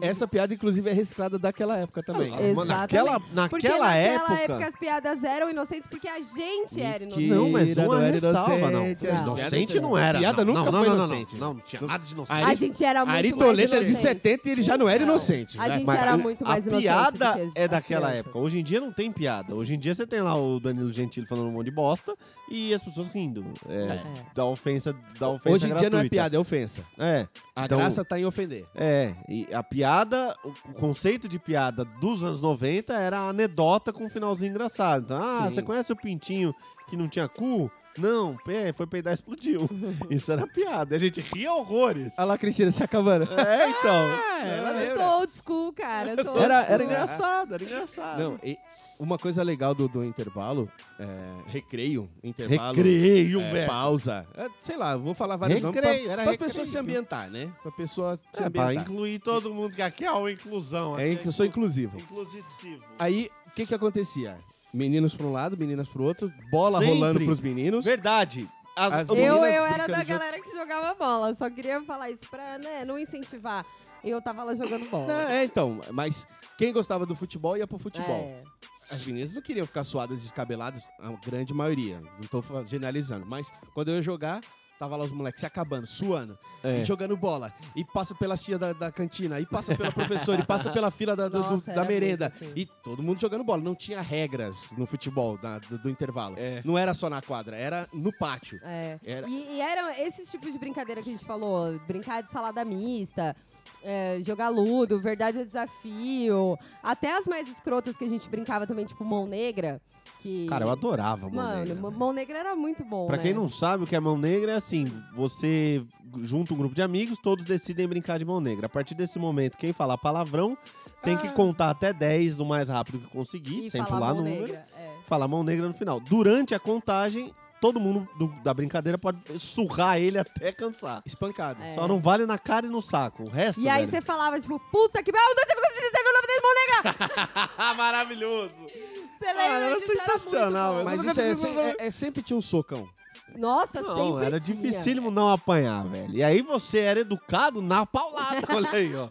Essa piada, inclusive, é reciclada daquela época também.
Exatamente.
Mano, naquela,
Porque
naquela época.
as piadas eram inocentes porque a gente era inocente.
Não, mas
Mentira,
uma
não era
ressalva, não.
inocente, as piadas
Inocente
eram-
não era.
A piada
não,
nunca
não,
foi
não, não,
inocente.
Não, não, não tinha nada de inocente.
A gente era muito
A
mais
Aritoleto era é de
inocente.
70 e ele já não era
Não.
inocente.
A
né?
gente
Mas-
era muito mais
a
inocente. do
piada
que as-
é
as
daquela
crianças.
época. Hoje em dia não tem piada. Hoje em dia você tem lá o Danilo Gentili falando um monte de bosta e as pessoas rindo. É, Da ofensa, da ofensa
Hoje em dia não é
gratuita.
piada, é ofensa.
É,
A
Então-
graça tá em ofender.
é. E a piada, o o conceito de piada dos anos 90 era a anedota com um finalzinho engraçado. Então, ah,
Sim.
você conhece o pintinho que não tinha cu? Não, pé, foi peidar e explodiu. Isso era piada. A gente ria horrores.
Olha lá, Cristina, se acabando.
É, então.
Eu sou old school, cara. eu Sou
Era,
old
era
school.
engraçado, era engraçado.
Não, e uma coisa legal do, do intervalo, é, recreio, intervalo,
Recreio,
é,
velho.
pausa, é, sei lá, vou falar vários nomes
Recreio,
pra,
era
pra
recreio.
pessoa se ambientar, né? Pra pessoa se
É, pra
ambientar.
incluir todo mundo, que aqui é uma inclusão.
É que eu sou inclusivo.
inclusivo.
Aí, o que que acontecia? Meninos pra um lado, meninas pro outro, bola
Sempre.
rolando pros meninos.
Verdade. As-
As-
o-
Menina
Eu, eu era
brincando
da
de jogo.
galera que jogava bola. Só queria falar isso pra né, não incentivar. Eu tava lá jogando bola.
Ah, é, então, mas quem gostava do futebol ia pro futebol.
É.
As meninas não queriam ficar suadas, descabeladas, a grande maioria. Não tô fa- generalizando, mas quando eu ia jogar, tava lá os moleques se acabando, suando,
É.
e jogando bola, e passa pela tia da, da cantina, e passa pela professora, e passa pela fila da, do- do-
Nossa,
da
era
merenda.
muito assim.
E todo mundo jogando bola. Não tinha regras no futebol da- do, do intervalo.
É.
Não era só na quadra, era no pátio.
É.
Era-
E, e eram esses tipos de brincadeira que a gente falou: brincar de salada mista, é, jogar ludo, verdade ou desafio. Até as mais escrotas que a gente brincava também, tipo mão negra. Que...
Cara, eu adorava,
Mano,
mano. negra.
mão, negra era muito bom.
Pra
né?
quem não sabe o que é mão negra, é assim: você junta um grupo de amigos, todos decidem brincar de mão negra. A partir desse momento, quem falar palavrão tem que contar até 10 o mais rápido que conseguir,
Ah. E
sempre
falar
lá
mão
no número.
negra. É.
Falar mão negra no final. Durante a contagem, todo mundo do- da brincadeira pode surrar ele até cansar.
Espancado.
É.
Só não vale na cara e no saco. O resto.
E aí
velho,
você falava, tipo, puta que. Ah, eu não sei porque você não o nome dele, mão negra!
Ah, maravilhoso!
Você lembra?
era
disso? muito
sensacional,
bom.
eu
Mas
nunca
isso é,
tive-
é- é- é sempre tinha um socão.
Nossa,
Não,
sempre.
era
tinha.
dificílimo não apanhar, velho. E aí você era educado na paulada, olha aí, ó.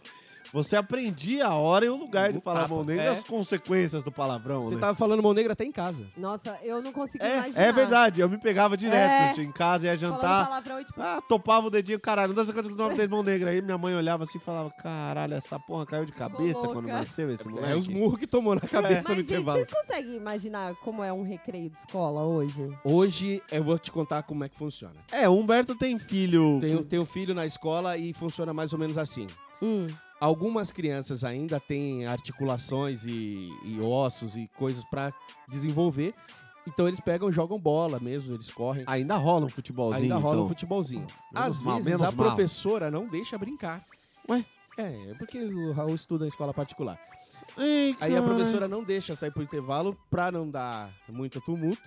Você aprendia a hora e o lugar de
No
falar
tapa,
mão negra e
é.
as consequências do palavrão,
Você
né?
tava falando mão negra até em casa.
Nossa, eu não consigo imaginar.
É, é verdade, eu me pegava
É.
direto, eu em casa, ia
Falando
jantar,
palavrão e tipo,
ah, topava o dedinho, caralho, não dá essa coisa que não tem mão negra. Aí minha mãe olhava assim e falava, caralho, essa porra caiu de cabeça
louca.
quando nasceu esse moleque.
É os murros que tomou na cabeça no
É. Mas, gente,
É intervalo.
vocês conseguem imaginar como é um recreio de escola hoje?
Hoje eu vou te contar como é que funciona.
É, o Humberto tem filho...
Tenho, tenho filho na escola e funciona mais ou menos assim. Algumas crianças ainda têm articulações e, e ossos e coisas pra desenvolver. Então eles pegam, jogam bola mesmo, eles correm.
Ainda rola um futebolzinho,
ainda rola
então.
um futebolzinho.
Menos
Às
mal,
vezes
menos
a
mal.
professora não deixa brincar.
Ué?
É, é porque o Raul estuda em escola particular.
Ei,
Aí a
cara.
professora não deixa sair pro intervalo pra não dar muito tumulto.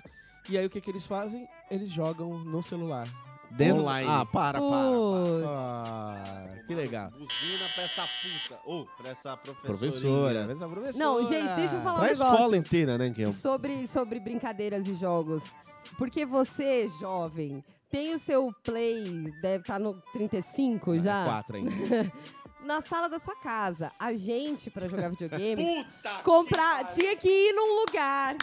E aí o que, que eles fazem? Eles jogam no celular.
Dentro...
Online.
Ah, para, para, para.
Ah, que legal.
Buzina pra essa puta. Ou pra essa professora.
Professora. Essa professora.
Não, gente, deixa eu falar um
Pra
negócio.
escola inteira, né, que é o-
Sobre, sobre brincadeiras e jogos. Porque você, jovem, tem o seu play, deve estar no 35 já.
Quatro ainda.
na sala da sua casa. A gente, pra jogar videogame, comprar, tinha que ir num lugar.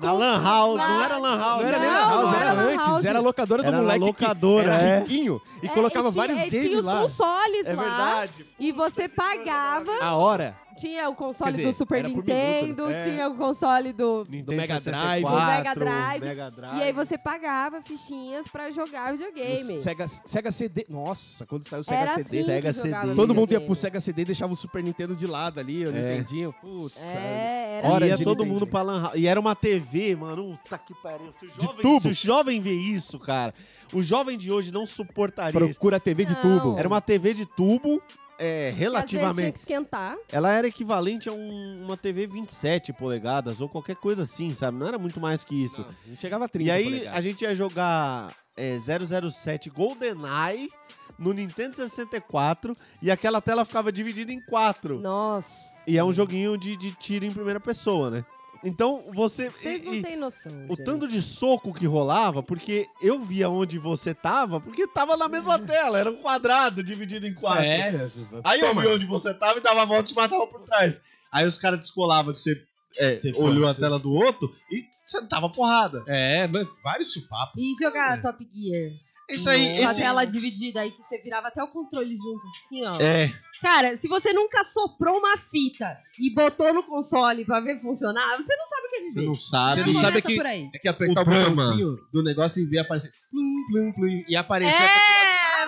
Da Lan House, não era Lan House. né?
Não era
Não,
nem lan house,
não
era
era lan
antes,
house.
era a locadora do
Era na
moleque
locadora,
que era
é.
riquinho e
É,
colocava
e tinha-
vários
e tinha
games
os
lá.
consoles
É
lá.
verdade.
E você pagava.
A hora
Tinha o console
Quer dizer,
do Super
era por
Nintendo,
minuto, né? É.
tinha o console do.
Nintendo
Mega
64,
Drive. Do Mega Drive.
Mega Drive.
E aí você pagava fichinhas pra jogar
do
videogame.
Sega, Sega CD. Nossa, quando saiu o Sega
Era
CD.
assim
Sega
que jogava
CD.
Todo mundo ia
videogame.
pro Sega CD e deixava o Super Nintendo de lado ali, o
É.
Nintendinho. Putz, sabe?
É, era
Hora
Ia
de
todo
Nintendo.
mundo pra Lan House. E era uma TV, mano. Puta que pariu. Se o, jovem,
tubo.
se o jovem vê isso, cara, o jovem de hoje não suportaria isso.
Procura TV de
Não.
tubo.
Era uma TV de tubo, é,
Porque às vezes tinha que
relativamente.
esquentar.
Ela era equivalente a um- uma TV 27 polegadas ou qualquer coisa assim, sabe? Não era muito mais que isso.
Não, não chegava a 30.
E aí
polegadas.
a gente ia jogar é, 007 GoldenEye no Nintendo 64 e aquela tela ficava dividida em quatro.
Nossa.
E é um joguinho de, de tiro em primeira pessoa, né? Então você.
Vocês
e-
não
e
têm noção.
o
gente.
tanto de soco que rolava, porque eu via onde você tava, porque tava na mesma tela, era um quadrado dividido em quatro.
É,
É,
né? Aí eu vi onde você tava e dava a volta e te matava por trás. Aí os caras descolavam que você. é,
Você
olhou
foi,
a
você-
tela do outro e sentava a porrada.
É, mano, vários chupapos.
E jogar Top Gear.
Isso aí,
Com a
esse.
tela dividida aí que você virava até o controle junto, assim, ó.
É.
Cara, se você nunca soprou uma fita e botou no console pra ver funcionar, você não sabe o que é
Você
viver.
não sabe.
Já
Você não
começa
sabe que.
por aí.
É que apertar
O
o,
drama.
botãozinho do negócio e ver aparecer. Plum, plum, plum, e aparecer.
É,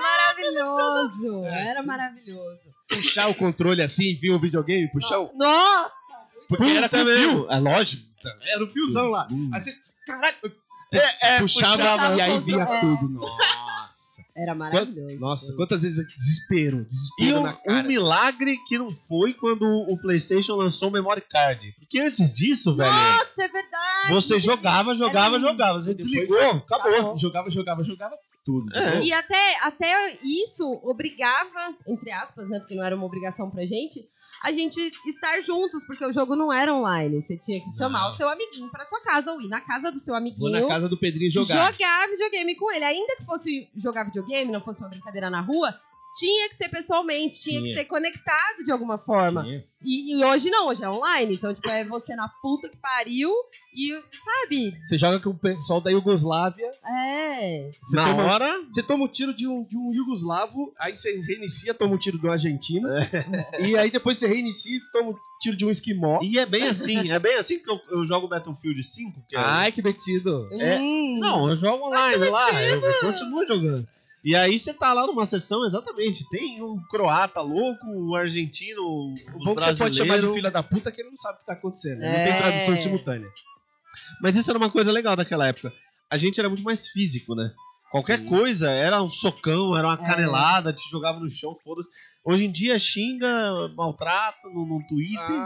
maravilhoso. Era maravilhoso.
Puxar o controle assim, vir o videogame, puxar o.
Nossa!
Porque era com fio.
É lógico.
Era o fiozão lá. Aí você. Caralho. puxava,
puxava
e aí
o
via
É.
controle.
tudo. Nossa.
Era maravilhoso.
Nossa, quantas vezes eu desespero, desespero
E um,
na cara.
um milagre que não foi quando o PlayStation lançou o Memory Card. Porque antes disso, velho,
Nossa, é verdade.
você jogava, jogava,
Era-
jogava. Você
Depois-
desligou, acabou.
Acabou.
Jogava, jogava, jogava tudo.
É.
E até, até isso obrigava, entre aspas, né? Porque não era uma obrigação pra gente, a gente estar juntos, porque o jogo não era online. Você tinha que chamar o seu amiguinho pra sua casa ou ir na casa do seu
Vou na
um
amiguinho.
casa do Pedrinho jogar.
videogame com ele. Ainda que fosse jogar videogame, não fosse uma brincadeira na rua, tinha que ser pessoalmente, tinha,
Tinha.
que ser conectado de alguma forma.
Tinha.
E, e hoje não, hoje é online. Então, tipo, é você na puta que pariu e, sabe?
Você joga com o pessoal da Iugoslávia.
É.
Você
Na
toma,
hora,
você toma um tiro de um, de um Yugoslavo, aí você reinicia, toma um tiro de um argentino.
É.
E aí depois você reinicia e toma um tiro de um esquimó.
E é bem assim, é bem assim que eu, eu jogo Battlefield 5. Que é-
Ai, que metido.
É.
Hum.
Não, eu jogo online lá, eu, eu continuo jogando. E aí você tá lá numa sessão, exatamente, tem um croata louco, um argentino, um
O bom que você pode chamar
brasileiro.
de filha da puta que ele não sabe o que tá acontecendo. né? Não
É.
tem tradução simultânea.
Mas isso era uma coisa legal daquela época. A gente era muito mais físico, né? Qualquer coisa, era um socão, era uma canelada, te jogava no chão, foda-se. Hoje em dia xinga, maltrata no, no Twitter,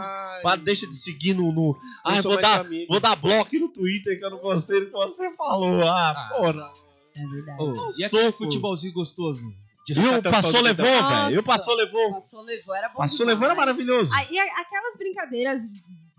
pá, deixa de seguir no... no... Ah, eu vou dar, vou dar bloco no Twitter que eu não gostei do que você falou. Ah,
Ah.
porra. um
É verdade.
Oh, e
soco.
aquele futebolzinho gostoso? De
Viu?
racatar
Passou,
o pau do
levou,
dedão?
É, velho. Eu
Nossa.
passou, levou.
Passou, levou, era bom.
Passou,
demais.
levou era maravilhoso.
Ah, e a- aquelas brincadeiras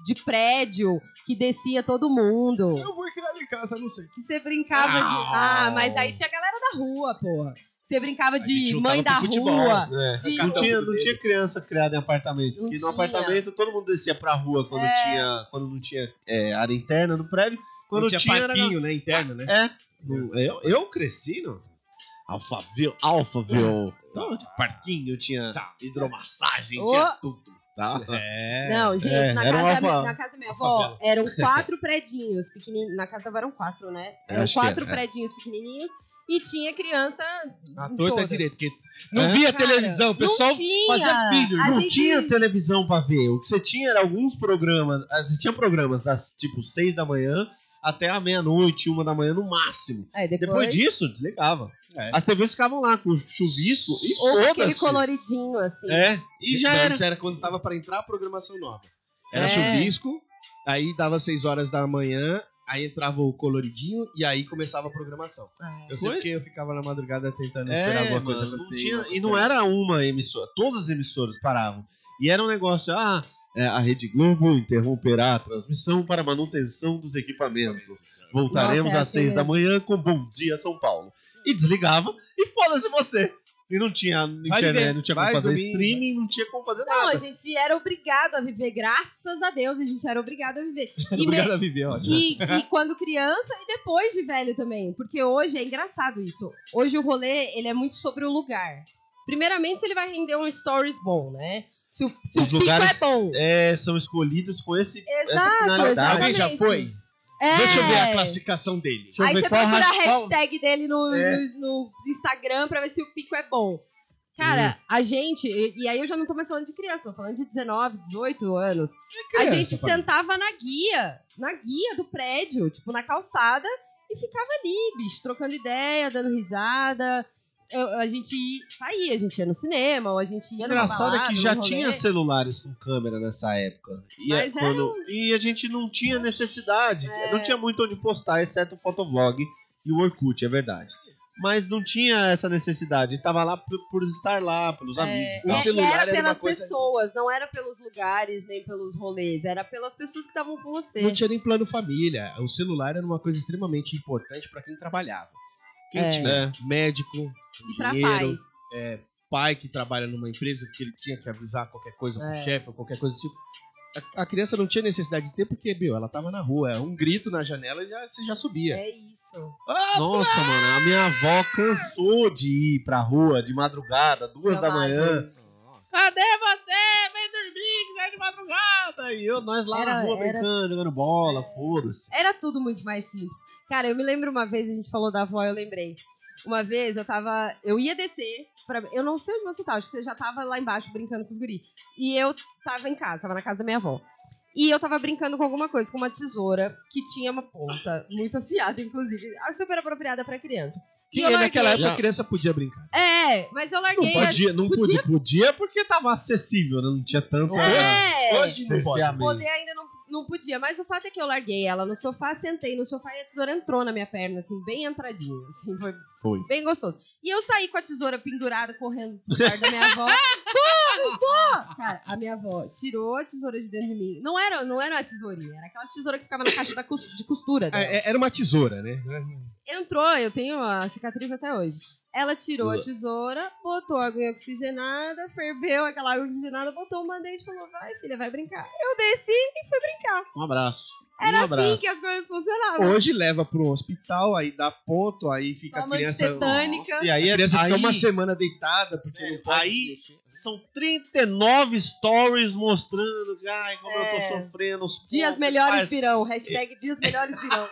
de prédio que descia todo mundo.
Eu vou aqui lá em casa, não sei.
Que você brincava de.
Ah.
Ah, mas aí tinha a galera da rua, porra. Você brincava
gente
de
lutava
mãe
pro
da
futebol.
rua.
É.
de-
Não tinha, não
um dele.
tinha criança criada em apartamento.
Não
porque no
tinha. É.
apartamento todo mundo descia pra rua quando, tinha, quando não tinha é, área interna no prédio. Quando
Quando tinha,
tinha, era
parquinho, né? Interno, né?
É. No- Eu, eu cresci no Alphaville. Alphaville.
Ah.
Então, tinha parquinho, tinha hidromassagem,
Ô.
tinha tudo. Tá?
Tá. É.
Não, gente,
é,
na,
era
casa
uma
da minha,
fa-
na casa da minha avó eram quatro predinhos pequenininhos. Na casa da avó eram quatro, né? Eram
acho que
quatro
era, é.
predinhos pequenininhos e tinha criança.
A
em
Tá
torta
todas.
é direito. Porque não
É?
via
Cara,
televisão, o pessoal
não tinha.
fazia filho.
A
não
gente-
tinha televisão pra ver. O que você tinha era alguns programas. ah, Você tinha programas das tipo 6 da manhã até a meia-noite, uma da manhã no máximo.
É, depois,
Depois disso, desligava.
É.
As TVs ficavam lá com chuvisco e
Ou aquele
foda-se.
coloridinho, assim.
É, e já
Não,
era.
isso era quando tava pra entrar a programação nova. Era
É.
chuvisco, aí dava 6 horas da manhã, aí entrava o coloridinho e aí começava a programação.
Ah.
Eu sei
Foi?
porque eu ficava na madrugada tentando
É,
esperar alguma
mano,
coisa assim,
não
acontecer.
tinha- e não era uma emissora, todas as emissoras paravam. E era um negócio, ah, é, a Rede Globo interromperá a transmissão para manutenção dos equipamentos. Voltaremos
Nossa, é
às
assim
seis da
mesmo.
manhã com Bom Dia São Paulo. E desligava, e foda-se você.
E não tinha internet,
Vai viver,
não tinha
vai
como fazer
dormir,
streaming, não tinha como fazer
Não,
nada.
a gente era obrigado a viver, graças a Deus, a gente era obrigado a viver. E,
Obrigado
me-
a
é
viver, ótimo.
e- e quando criança e depois de velho também. Porque hoje é engraçado isso. Hoje o rolê, ele é muito sobre o lugar. Primeiramente, se ele vai render um stories bom, né? Se o, se o
Os
pico
lugares
é bom.
é, são escolhidos com esse, essa
Exato,
finalidade.
Alguém já
exatamente.
foi?
É.
Deixa eu ver a classificação dele. Deixa eu
Aí
ver
você
qual
procura a
racha- qual-
hashtag dele no,
É.
no- no Instagram pra ver se o pico é bom. Cara, a gente, e, e aí eu já não tô mais falando de criança, tô falando de 19, 18 anos.
criança,
a gente
pra mim.
sentava na guia, na guia do prédio, tipo, na calçada, e ficava ali, bicho, trocando ideia, dando risada. Eu- a gente ia- saía, a gente ia no cinema, ou a gente ia numa
engraçado é
balada,
que já
num um rolê.
tinha celulares com câmera nessa época. E, é
Mas um- É. era
quando- e a gente não tinha necessidade.
É.
Não tinha muito onde postar, exceto o Fotovlog e o Orkut, é verdade. Mas não tinha essa necessidade. Tava lá por, por estar lá, pelos amigos.
É, e- e era pelas pessoas, não era pelos lugares, nem pelos rolês, era pelas pessoas que estavam com você.
Não tinha nem plano família. O celular era uma coisa extremamente importante pra quem trabalhava. Quem
É.
tinha
É.
médico,
E pra
engenheiro,
paz.
é, pai que trabalha numa empresa que ele tinha que avisar qualquer coisa pro
É.
chefe ou qualquer coisa do tipo. A, a criança não tinha necessidade de ter porque, meu, ela tava na rua. é Um grito na janela e já, você já subia.
É isso.
Nossa, mano, a minha avó cansou de ir pra rua de madrugada, duas
Seu
da manhã.
Cadê você? Vem dormir, que vai de madrugada. E eu, nós
Lá na rua brincando, jogando bola, foda-se.
Era tudo muito mais simples. Cara, eu me lembro uma vez, a gente falou da avó, eu lembrei. Uma vez eu tava. Eu ia descer. Pra, eu não sei onde você tá, acho que você já tava lá embaixo brincando com os guris. E eu tava em casa, tava na casa da minha avó. E eu tava brincando com alguma coisa, com uma tesoura que tinha uma ponta muito afiada, inclusive. Super apropriada pra criança. E
Que
eu
naquela
larguei-
época a criança podia brincar.
É, mas eu larguei.
Não podia, não podia, podia porque tava acessível, né? não tinha tanto.
É,
Hoje não pode.
poder ainda não, não podia, mas o fato é que eu larguei ela no sofá, sentei no sofá e a tesoura entrou na minha perna, assim, bem entradinha, assim, foi
Foi.
bem gostoso. E eu saí com a tesoura pendurada, correndo pro quarto da minha avó. Pô, pô! Cara, a minha avó tirou a tesoura de dentro de mim. Não era, não era uma tesourinha, era aquela tesoura que ficava na caixa da cos- de costura dela.
É, é- era uma tesoura, né?
Entrou, eu tenho a cicatriz até hoje. Ela tirou a
Ua.
tesoura, botou a aguinha oxigenada, ferveu aquela água oxigenada, botou um band-aid e falou: vai, filha, vai brincar. Eu desci e fui brincar.
Um abraço.
Era
um
assim
abraço.
que as coisas funcionavam.
Hoje leva pro hospital, aí dá ponto, aí fica
Toma
a criança.
antitetânica.
Nossa, e aí a criança fica
Aí- É,
uma semana deitada, porque não pode.
Aí são 39 stories mostrando que, ai, como
É.
eu tô sofrendo. Os
Dias
pobres,
melhores
faz-
virão. Hashtag dias melhores virão.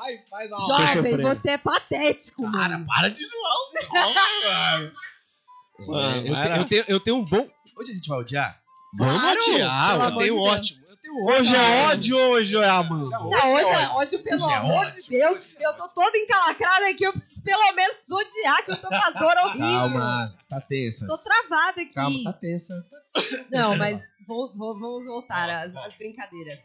Ai, faz uma
Jovem, você é patético, mano.
Para de zoar o
Mano, eu,
Mano,
te- eu tenho, eu tenho um bom. Hoje a gente vai odiar?
Vamos
Claro,
odiar,
pelo
mano.
amor de Deus. Eu tenho ódio.
Hoje é ódio, hoje é amor.
Não, hoje é ódio, pelo
Hoje é
amor de Deus. Eu tô toda encalacrada aqui. Eu preciso pelo menos odiar que eu tô com a dor horrível.
Calma, tá tensa.
Tô travada aqui.
Calma, tá tensa.
Não, mas vou- vou- vamos voltar às, às brincadeiras.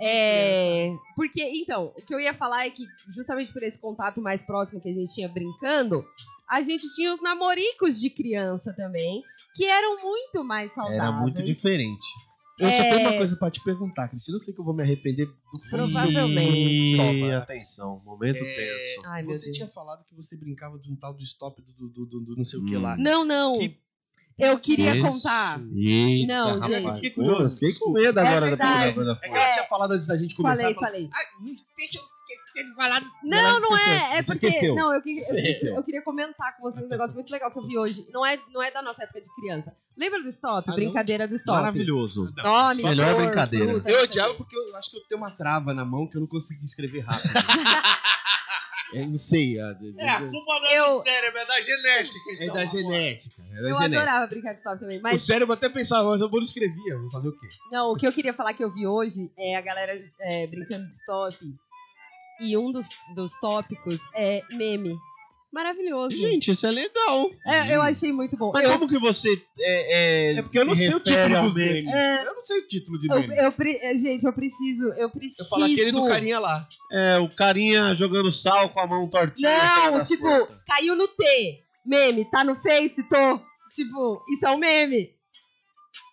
É, porque, então, o que eu ia falar é que, justamente por esse contato mais próximo que a gente tinha brincando, a gente tinha os namoricos de criança também, que eram muito mais saudáveis.
Era muito diferente.
Eu só
É.
tenho uma coisa pra te perguntar, Cristina. Eu sei que eu vou me arrepender do fim.
Provavelmente.
E atenção, momento
É,
tenso.
Ai, meu
você
Deus.
tinha falado que você brincava de um tal do stop do, do, do, do- do não sei o que lá.
Não, não.
Que-
Eu queria
Isso.
contar.
Eita,
Não,
rapaz,
gente.
Fiquei curioso. Fiquei com medo
É
agora
verdade.
da coisa
É que
foi.
ela tinha falado antes da gente começar.
Falei,
ela falou,
falei.
"Ai, não deixa eu esquecer de falar do
Não, não é. É
Você
porque.
esqueceu.
Não, eu, que- eu,
Esqueceu.
eu queria comentar com vocês um negócio muito legal que eu vi hoje. Não é, não é da nossa época de criança. Lembra do stop?
Ah, não.
Brincadeira do stop.
Maravilhoso.
Nome,
é
Melhor
cor,
brincadeira.
fruta, não
Eu
sei o
odiava
quê.
porque eu acho que eu tenho uma trava na mão que eu não consegui escrever rápido. É, não sei. a-
culpa não
Eu-
cérebro, é da genética.
é da genética. É da
Eu
genética.
adorava brincar de stop também.
O
Mas,
cérebro até pensava, mas eu não escrevia, vou fazer o quê?
não, o que eu queria falar que eu vi hoje é a galera é, brincando de stop. E um dos, dos tópicos é meme. Maravilhoso.
Gente, isso é legal.
É, eu achei muito bom.
Mas
Eu-
como que você. É, é,
É porque eu não
se
sei o
refere
título
ao
dos
meme?
memes.
É,
Eu não sei o título de
Eu,
meme.
eu pre- eh, gente, eu preciso, eu preciso.
Eu falo aquele do carinha lá.
é, o carinha jogando sal com a mão tortinha. assim, saindo
Não,
das
tipo,
portas.
caiu no T. Meme, tá no Face, tô. Tipo, isso é um meme.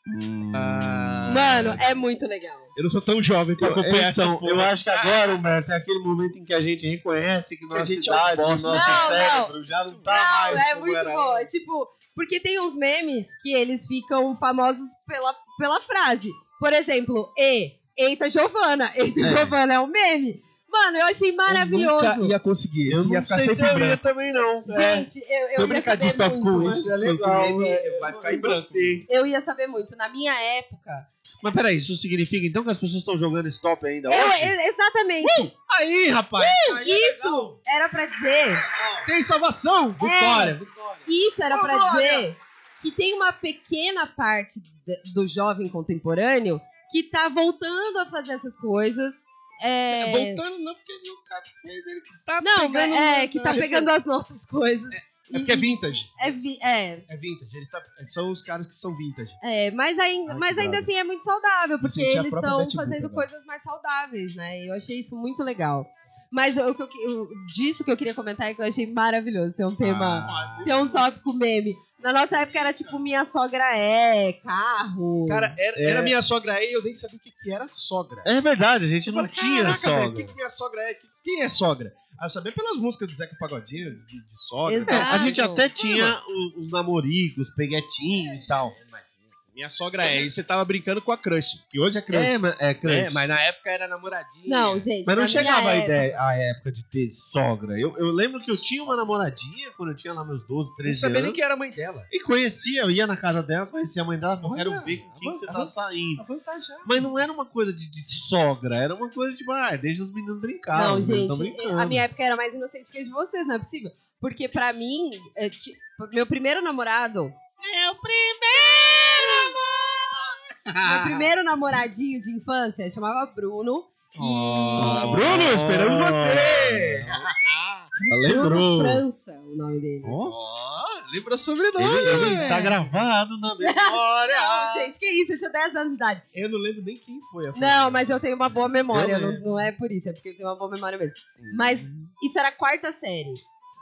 Hum.
Ah.
Mano, é muito legal.
Eu não sou tão jovem pra
Eu-
acompanhar
então,
essas porra.
eu acho que agora, Humberto, é aquele momento em que a gente reconhece que nossa
gente é um
idade,
bosta.
nosso
Não,
cérebro já não tá
Não,
mais
é
como
muito
era
bom. É tipo, porque tem uns memes que eles ficam famosos pela, pela frase. Por exemplo, E, eita Giovana. Eita Giovana é um meme. Mano, eu achei maravilhoso.
Eu nunca ia conseguir.
Eu
Isso ia
não
ficar
sei
sempre
se é eu ia
branco.
também não.
É.
Gente, eu,
Se eu
eu ia
brincar de
saber
stop
muito.
com
Mas
isso,
é legal,
com meme,
é-
vai ficar
eu
em branco.
gostei.
Eu ia saber muito. Na minha época.
Mas peraí, isso significa então que as pessoas estão jogando stop ainda
Eu-
hoje?
eu- exatamente.
Uh! Aí, é rapaz!
isso era pra dizer.
Tem salvação! Vitória!
Isso era pra dizer que tem uma pequena parte de- do jovem contemporâneo que tá voltando a fazer essas coisas. É,
É, Voltando, não, porque ele é um cara feio, ele que tá
não,
pegando...
é, que tá pegando as nossas coisas.
É porque é vintage.
É, vi- é,
É vintage. Ele tá- São os caras que são vintage.
é, mas, ainda,
Ai,
mas
que
ainda
droga.
assim é muito saudável, porque
senti a
eles
própria
estão
Betty Boop
fazendo
agora.
coisas mais saudáveis, né? E Eu achei isso muito legal. Mas o que eu, que- eu- disso que eu queria comentar é que eu achei maravilhoso. Tem um tema,
Ah.
tem um tópico meme. Na nossa época era tipo minha sogra é, carro.
Cara, era,
É.
era minha sogra aí, eu nem sabia o que, que era sogra.
É verdade, a gente não tinha
Caraca, velho,
sogra.
quem que minha sogra é? Que- Quem é sogra? Ah, eu sabia pelas músicas do Zeca Pagodinho, de, de sogra.
Exato.
É, a gente
Exato.
até tinha o- os namoricos, peguetinhos e tal.
Minha sogra é, e você tava brincando com a crush, que hoje é crush.
É, mas- é, crush.
né? mas na época era namoradinha.
Não, gente.
Mas não
na
chegava
minha
a,
época-
ideia, a época de ter sogra. Eu, eu lembro que eu tinha uma namoradinha quando eu tinha lá meus 12,
não
13
sabia
anos.
nem quem era a mãe dela.
E conhecia, eu ia na casa dela, conhecia a mãe dela, eu
Olha,
quero ver com quem que você tá
avançado.
saindo.
A vantagem.
Mas não era uma coisa de, de sogra, era uma coisa de, ah, deixa os meninos brincar.
Não,
os meninos tão
gente, é,
brincando.
a minha época era mais inocente que a de vocês, não é possível. Porque pra mim, é, ti- meu primeiro namorado. Meu primeiro namorado! Meu primeiro namoradinho de infância chamava Bruno. E.
Ah, Bruno, esperamos você!
Bruno
Lembrou.
é França, o nome dele.
Ó, lembra sobrenome,
Ele, ele
velho.
tá gravado na memória.
Não, gente, que isso? Eu tinha 10 anos de idade.
Eu não lembro nem quem foi. A
Não, mas eu tenho uma boa memória.
Eu
Não, não é por isso, é porque eu tenho uma boa memória mesmo. Mas isso era a quarta série.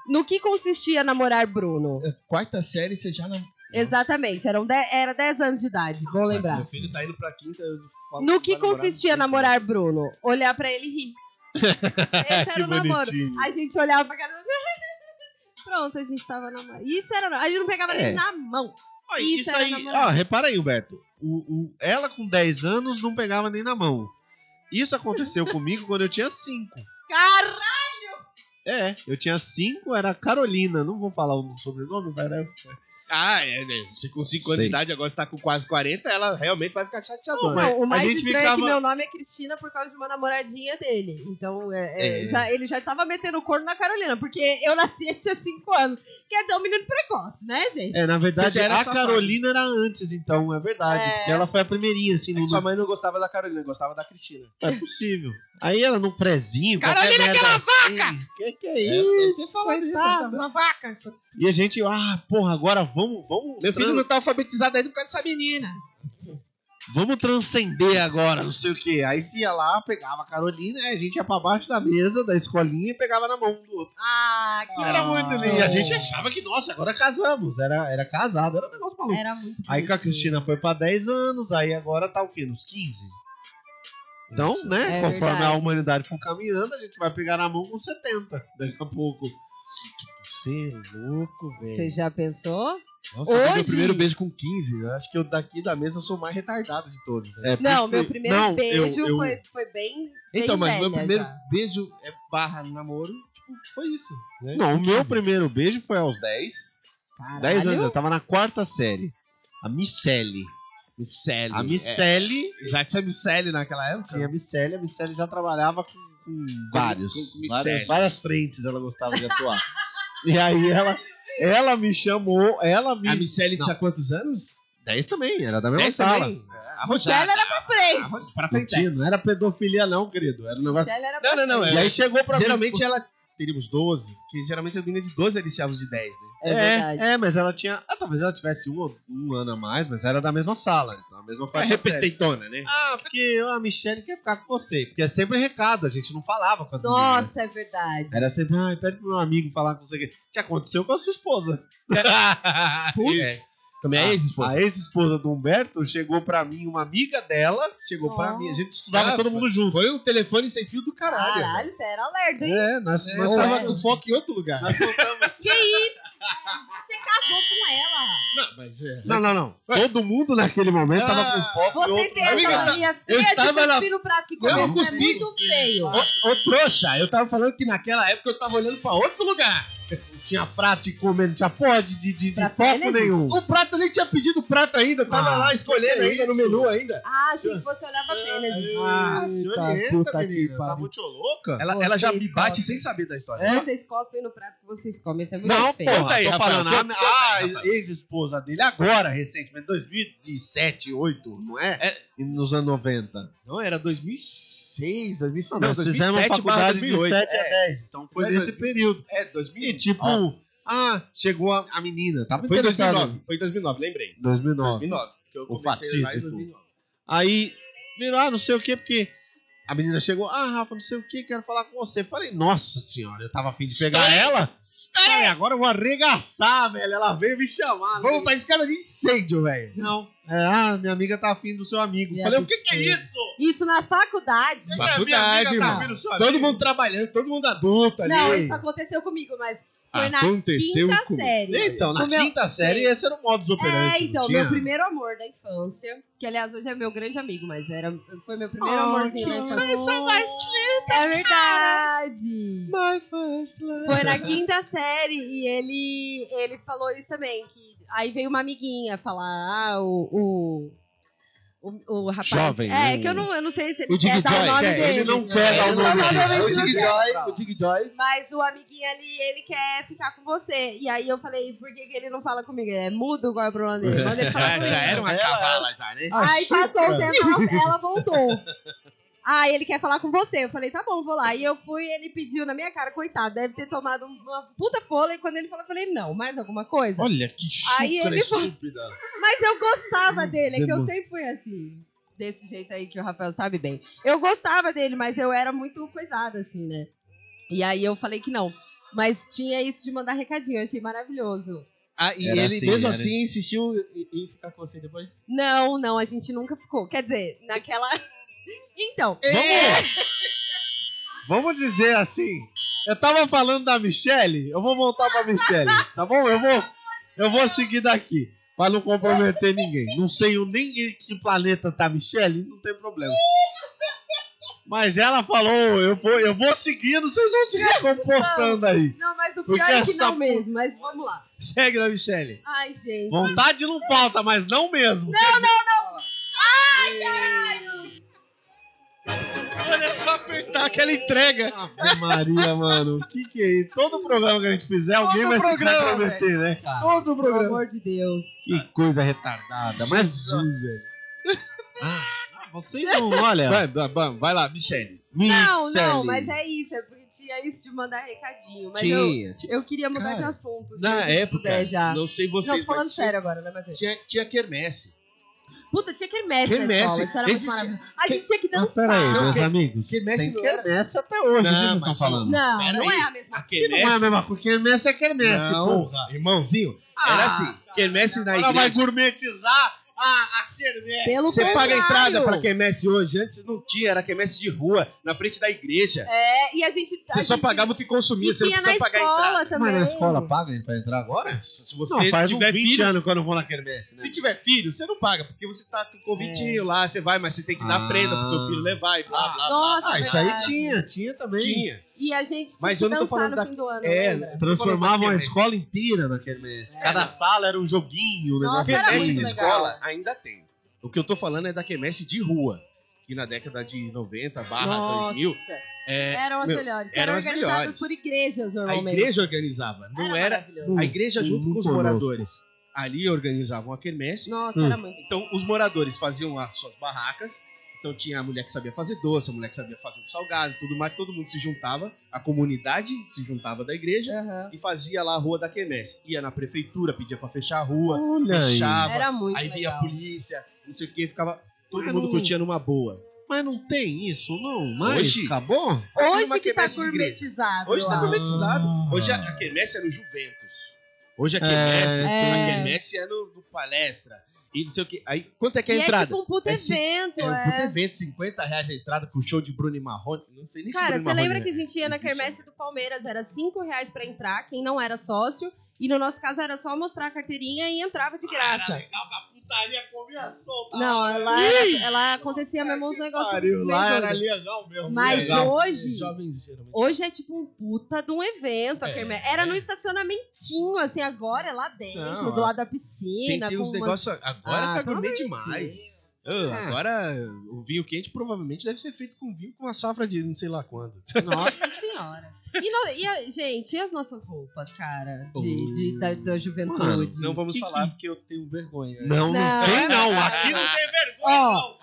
No que consistia namorar Bruno?
Quarta série você já não.
Exatamente, eram de- era 10 anos de idade, bom lembrar.
Meu filho tá indo pra quinta. eu falo
No que
vai namorar,
consistia
não sei
namorar Bruno? Olhar pra ele e rir. Esse era o namoro. A gente olhava pra cara dele. Pronto, a gente tava namorando. Isso era. A gente não pegava
É.
nem na mão.
Ó,
Isso
isso
era
aí,
namorado.
ó, repara aí, Humberto. O, o- ela com 10 anos não pegava nem na mão. Isso aconteceu comigo quando eu tinha 5.
Cara!
É, eu tinha 5, era a Carolina. Não vou falar o sobrenome, vai, né?
quem. Ah, é, né? Se com 5 anos
Sei.
de idade agora você tá com quase 40, ela realmente vai ficar chateadora.
Não, mas
o
a
mais
gente
estranho é que
ficava-
meu nome é Cristina por causa de uma namoradinha dele. Então, é- é,
É.
já- ele já tava metendo o corno na Carolina, porque eu nasci e tinha 5 anos. Quer dizer, é um menino precoce, né, gente?
É, na verdade,
Você já era
a
safada.
Carolina era antes, então, é verdade.
É.
Porque ela foi a primeirinha, assim,
É
não
que sua mãe não gostava da Carolina, gostava da Cristina.
é possível. Aí ela num prezinho,
Carolina,
aquela vaca! Que que é isso? coitada.
uma vaca.
E a gente, ah, porra, agora vamos, vamos,
Meu filho
tran-
não tá alfabetizado ainda por causa dessa menina.
vamos transcender agora, não sei o quê. Aí se ia lá, pegava a Carolina, aí a gente ia pra baixo da mesa da escolinha e pegava na mão um do outro.
Ah, que
Era muito lindo. E a
legal.
gente achava que, nossa, agora casamos. Era, era casado, era um negócio maluco.
Era muito
Aí com a
bonitinho.
Cristina foi pra 10 anos, aí agora tá o quê? Nos 15? Então, né,
É
conforme a
verdade.
humanidade for caminhando, a gente vai pegar na mão com 70 daqui a pouco. Você é louco,
Você já pensou?
Nossa, eu dei meu
Hoje?
primeiro beijo com 15. Eu acho que eu daqui da mesa eu sou o mais retardado de todos. né?
É,
Não,
porque-
meu primeiro
não, eu-
beijo
eu-
Foi, foi bem.
Então,
bem
mas
velha
meu primeiro
já.
beijo é barra namoro, tipo, foi isso. né?
Não, o meu
15.
primeiro beijo foi aos 10. 10 anos, eu tava na quarta série. A Micelle.
Michele.
A Micelle.
É, já tinha Michele naquela época?
Tinha a Micelle, a Micelle já trabalhava com, com vários.
com Micelle.
várias, várias frentes ela gostava de atuar. e aí ela, ela me chamou, ela
A
me.
Michele tinha quantos anos?
10 também, era da mesma
Dez
sala.
também? É, A
Michelle
Rochelle
era pra frente.
pra
Mentira,
frente.
não era pedofilia, não, querido. Era um negócio.
Michelle era pra
Ah, Não, não, não.
frente.
E
é-
aí chegou pra mim-
geralmente ela teríamos 12, porque geralmente a menina de 12 aliciava os de 10, né?
É, verdade.
é, mas ela tinha. Ah, talvez ela tivesse um, ou- um ano a mais, mas era da mesma sala. Então, a mesma
É
quarta série.
repetentona, né?
Ah, porque a Michelle quer ficar com você. Porque é sempre recado, a gente não falava com as meninas.
Nossa, é verdade.
Era sempre, ai, pede pro meu amigo falar com você. O que aconteceu com a sua esposa?
Putz. Também é
A-
ex-esposa.
A ex-esposa do Humberto chegou pra mim, uma amiga dela, chegou pra mim. A gente estudava
Cara,
todo mundo junto.
Foi um telefone sem fio do caralho.
Caralho, você era lerdo, hein?
É, nós,
É,
nós
eu
tava
tava com foco em outro lugar.
Que isso? Você casou com ela.
Não, mas é. Ah,
Não, não, não. Todo mundo naquele momento tava com foco. em
Você
outro-
tem essa
Amiga, tá,
mania
eu
feia de
estava na-
cuspir no prato que
Eu
comeu.
não
É
cuspi.
muito feio.
Ô, ô trouxa, eu tava falando que naquela época eu tava olhando pra outro lugar.
Tinha prato e comendo, tinha pode de, de, de
Prato
foco
dele
nenhum.
O prato eu nem tinha pedido prato ainda, tava
Ah,
lá escolhendo ainda no menu ainda.
Ah, achei que você olhava apenas.
Ah, se
Eita,
orienta,
puta que
menina. Tá
pariu.
muito louca.
Ela- ela já Vocês me bate gostam. sem
saber da história.
Vocês cospem no prato que vocês comem. Isso é muito
Não,
feio.
porra,
Conta aí,
tô
Rafael,
falando,
conta- conta
a,
aí,
a
Rafael.
ex-esposa dele agora, recentemente, 2017, 8, não é? E Nos anos 90.
Não, era 2006, 2007.
Não, nós fizemos uma faculdade de 7 a 10, então foi
É,
nesse
2000.
período.
É,
E
2000.
tipo,
Ah,
ah, chegou a, a menina, tava
foi em
interessada.
2009. Foi em 2009, lembrei.
2009.
2009. Que eu
O
comecei lá em
fatídico.
2009.
Aí, virou, ah, não sei o que, porque a menina chegou, ah, Rafa, não sei o que, quero falar com você. Falei, nossa senhora, eu tava afim de pegar
Estourei.
ela. Falei, agora eu vou arregaçar, velho, ela veio me chamar.
Vamos
né?
pra escada de incêndio, velho.
Não. É, ah, minha amiga tá afim do seu amigo.
Que
Falei, o que que é
absurdo.
isso?
Isso na faculdade.
Que que a É, minha
Faculdade,
amiga tá
irmão.
afim do seu
é Todo
amigo?
mundo trabalhando, todo mundo adulto ali.
Não, isso aconteceu comigo, mas foi
Aconteceu
na quinta
comigo.
série.
Então, na
O meu-
quinta série, esse era o modus operandi.
É, então,
não
meu
tinha?
primeiro amor da infância, que aliás hoje é meu grande amigo, mas era, foi meu primeiro
Oh,
amorzinho
que
da infância.
coisa mais
É verdade!
My first love.
Foi na quinta série e ele, ele falou isso também. Que, aí veio uma amiguinha falar, ah, o. o... O, o rapaz.
Jovem,
É,
o-
que eu não, eu não sei se
o
ele
Dig
quer dar
Joy,
o nome
é,
dele.
ele não quer dar o nome dele.
Provavelmente não
É o Dig
quer.
O Dig Joy.
Mas o amiguinho ali, ele quer ficar com você. E aí eu falei, por que, que ele não fala comigo? Ele é mudo, qual é o problema dele? Manda ele falar
Já,
comigo.
já era uma cavala, já, né?
Aí passou um tempo, ela, ela voltou. Ah, ele quer falar com você. Eu falei, tá bom, vou lá. E eu fui, ele pediu na minha cara, coitado, deve ter tomado um, uma puta folha. E quando ele falou, eu falei, não, mais alguma coisa?
Olha que
Aí
chucra
ele-
estúpida.
Mas eu gostava dele, é que eu
demônio.
sempre fui assim. Desse jeito aí que o Rafael sabe bem. Eu gostava dele, mas eu era muito coisada, assim, né? E aí eu falei que não. Mas tinha isso de mandar recadinho, eu achei maravilhoso.
Ah, e
Era
ele
assim,
mesmo
era.
assim insistiu em, em ficar com você depois.
Não, não, a gente nunca ficou. Quer dizer, naquela. Então,
Vamos, vamos dizer assim. Eu tava falando da Michelle, eu vou voltar pra Michelle, tá bom? Eu vou, eu vou seguir daqui, pra não comprometer ninguém. Não sei eu nem em que planeta tá a Michelle, não tem problema. Mas ela falou, eu vou, eu vou seguindo, vocês vão se compostando aí.
Não, mas o pior
Porque
é que
essa
não mesmo, mas vamos lá.
Segue da Michelle.
Ai, gente.
Vontade não falta, mas não mesmo.
Caralho!
Olha só apertar que ela entrega.
Ave Maria, mano, o que que é isso? Todo programa que a gente fizer, alguém vai
programa,
se comprometer, né, cara?
Todo o
Pelo
programa.
amor de Deus.
Que coisa retardada. Mas Jesus, velho. Ah, vocês não, olha.
Vai, vai, vai, vai lá, Michele.
Não, não,
Michele.
mas é isso. É porque tinha isso de mandar recadinho. Mas eu,
Tinha, tinha.
eu queria mudar
Cara,
de assunto. Se a
Na
gente
época,
puder já.
não sei vocês,
não, tô falando
mas
sério agora, né? Mas eu...
Tinha, tinha quermesse.
Puta, tinha quermesse na
Quermesse,
escola. Isso era muito
existia-
maravilhoso. A gente tinha que
Mas
dançar.
peraí,
Não,
meus
que-
amigos.
quermesse
tem
não era-
quermesse até
Não,
hoje, o que vocês estão
mas
falando?
Não,
Pera
não
aí.
é a mesma
A
Que não é a
quermesse.
mesma coisa. Quermesse é quermesse, porra.
irmãozinho. era assim, quermesse na
Agora vai
igreja.
gourmetizar a, a quermesse.
Pelo
É. Você paga a
contrário.
entrada pra quermesse hoje. Antes não tinha, era quermesse de rua, na frente da igreja.
É, e a gente. a
Você só
gente-
pagava o que consumia,
E
você não
tinha na
precisava pagar a entrada.
escola também.
Mas na escola paga pra entrar agora?
Se
Não,
você
faz uns
tiver
20
filho,
anos que eu não vou na quermesse, né?
Se tiver filho, você não paga, porque você tá com
É.
convitinho lá, você vai, mas você tem que dar
Ah.
prenda pro seu filho levar e blá, blá,
Nossa,
blá.
Ah, isso aí
verdade.
tinha, tinha também.
tinha.
E a gente tinha
Mas
que
eu não tô
dançar
falando
no
da-
fim do ano. né?
É,
lembra?
Transformavam a
Quermesse.
escola inteira na quermesse.
É.
Cada sala era um joguinho, um
Nossa,
negócio
era
Quermesse
assim.
de
muito legal.
escola ainda tem. O que eu tô falando é da quermesse de rua, que na década de 90 barra 2000,
Nossa.
é,
Eram as
meu,
melhores. que
eram
Eram
as
organizadas
melhores.
por igrejas,
a
normalmente.
igreja organizava, não
Era
era...
maravilhoso.
A igreja junto com os
Conosco.
moradores. Ali organizavam a quermesse,
Nossa,
Hum.
era muito.
Então, os moradores faziam as suas barracas. Então, tinha a mulher que sabia fazer doce, a mulher que sabia fazer um salgado, tudo mais. Todo mundo se juntava, a comunidade se juntava da igreja
Aham.
e fazia lá a rua da quermesse. Ia na prefeitura, pedia pra fechar a rua,
Olha aí.
fechava.
Era muito
aí vinha a
legal.
polícia, não sei o que, ficava todo
Mas
mundo
não-
curtindo uma boa.
Mas não tem isso, não? Mas
Hoje?
acabou?
Aquilo é
Hoje
uma
que tá
quermesse de igreja.
gourmetizado. é
Hoje tá
eu acho.
gourmetizado.
Ah.
Hoje a, a quermesse era o é Juventus. Hoje a
É,
quermesse,
tem.
a quermesse é no, no palestra. E não sei o que. Aí, quanto é que é a
E
entrada?
é tipo um puto
É ci-
evento,
É, um
é.
puto evento, 50 reais a entrada pro show de Bruno e Marrone. Não sei nem se
Cara,
Bruno e
você
Marrone
lembra
é-
que a gente ia na
existe.
quermesse do Palmeiras, era 5 reais pra entrar, quem não era sócio, e no nosso caso era só mostrar a carteirinha e entrava de graça. Não, é ela,
Ih!
ela acontecia mesmo uns negócios.
Pariu,
meio
lá era
doido.
legal mesmo.
Mas
legal.
hoje-
Jovens, geralmente.
Hoje é tipo um puta de um evento. a
É,
quermesse. Era no estacionamentinho, assim, agora é lá dentro,
Não,
do lado da
Tem,
piscina.
tem
com
uns
umas-
negócios. Agora
Ah,
tá
pelo
gourmet
amor de
demais.
Deus.
Ah,
É.
Agora o vinho quente provavelmente deve ser feito com vinho com uma safra de não sei lá quando.
Nossa senhora. E, no- e a- gente, e as nossas roupas, cara? De, de- da, da juventude.
Mano, não vamos falar porque eu tenho vergonha.
Não,
Não. tem não. Aqui não
tem
Ó,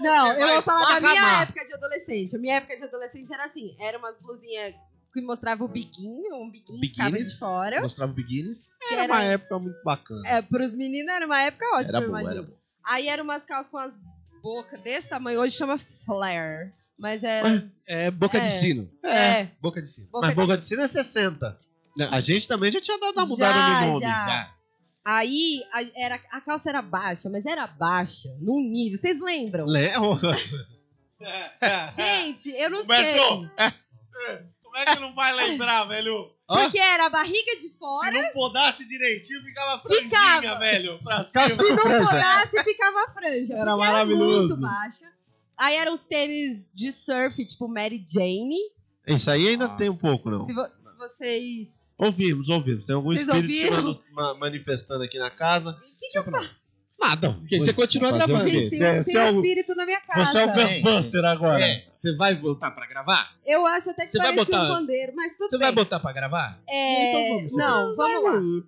não, eu
vai
vou falar da minha
esparramar.
época de adolescente. A minha época de adolescente era assim, era umas blusinhas que mostrava o biquinho, um biquinho que ficava de
Biquínis.
fora.
Mostrava o biquínis.
Que
Era uma
era-
época muito bacana.
É, pros meninos era uma época ótima,
Era
eu
boa,
imagino.
era boa.
Aí eram umas calças com as bocas desse tamanho, hoje chama flare. Mas era.
É boca
É.
de sino.
É.
Boca de sino.
Boca
Mas
de-
boca de sino é 60. A gente também já tinha dado uma mudada
Já,
no nome.
já. Aí a, era, a calça era baixa, mas era baixa, num nível. Vocês lembram?
Lembra?
Gente, eu não sei.
como é que não vai lembrar, velho?
Porque era a barriga de fora.
não podasse direitinho, ficava
Ficava.
velho. Pra
Se não podasse, ficava a franja.
Era
porque
maravilhoso.
muito baixa. Aí eram os tênis de surf, tipo Mary Jane.
Isso aí ainda tem um pouco, não.
Se, vo- se vocês.
Ouvimos, ouvimos. Tem algum
Vocês
espírito se
ouviram?
manu- ma- manifestando aqui na casa.
O que, que eu faço?
Nada.
Porque você continua
Fazer
gravando.
o quê?
Gente,
Você
tem,
é-
um-
você
tem
é
um
o-
espírito na minha casa.
você é o Ghostbuster agora.
É, Você vai voltar pra gravar?
Eu acho até que
Você vai
parecia um
botar-
pandeiro, mas tudo
Você
bem.
vai botar pra gravar?
É,
Então vamos,
não, vamos lá.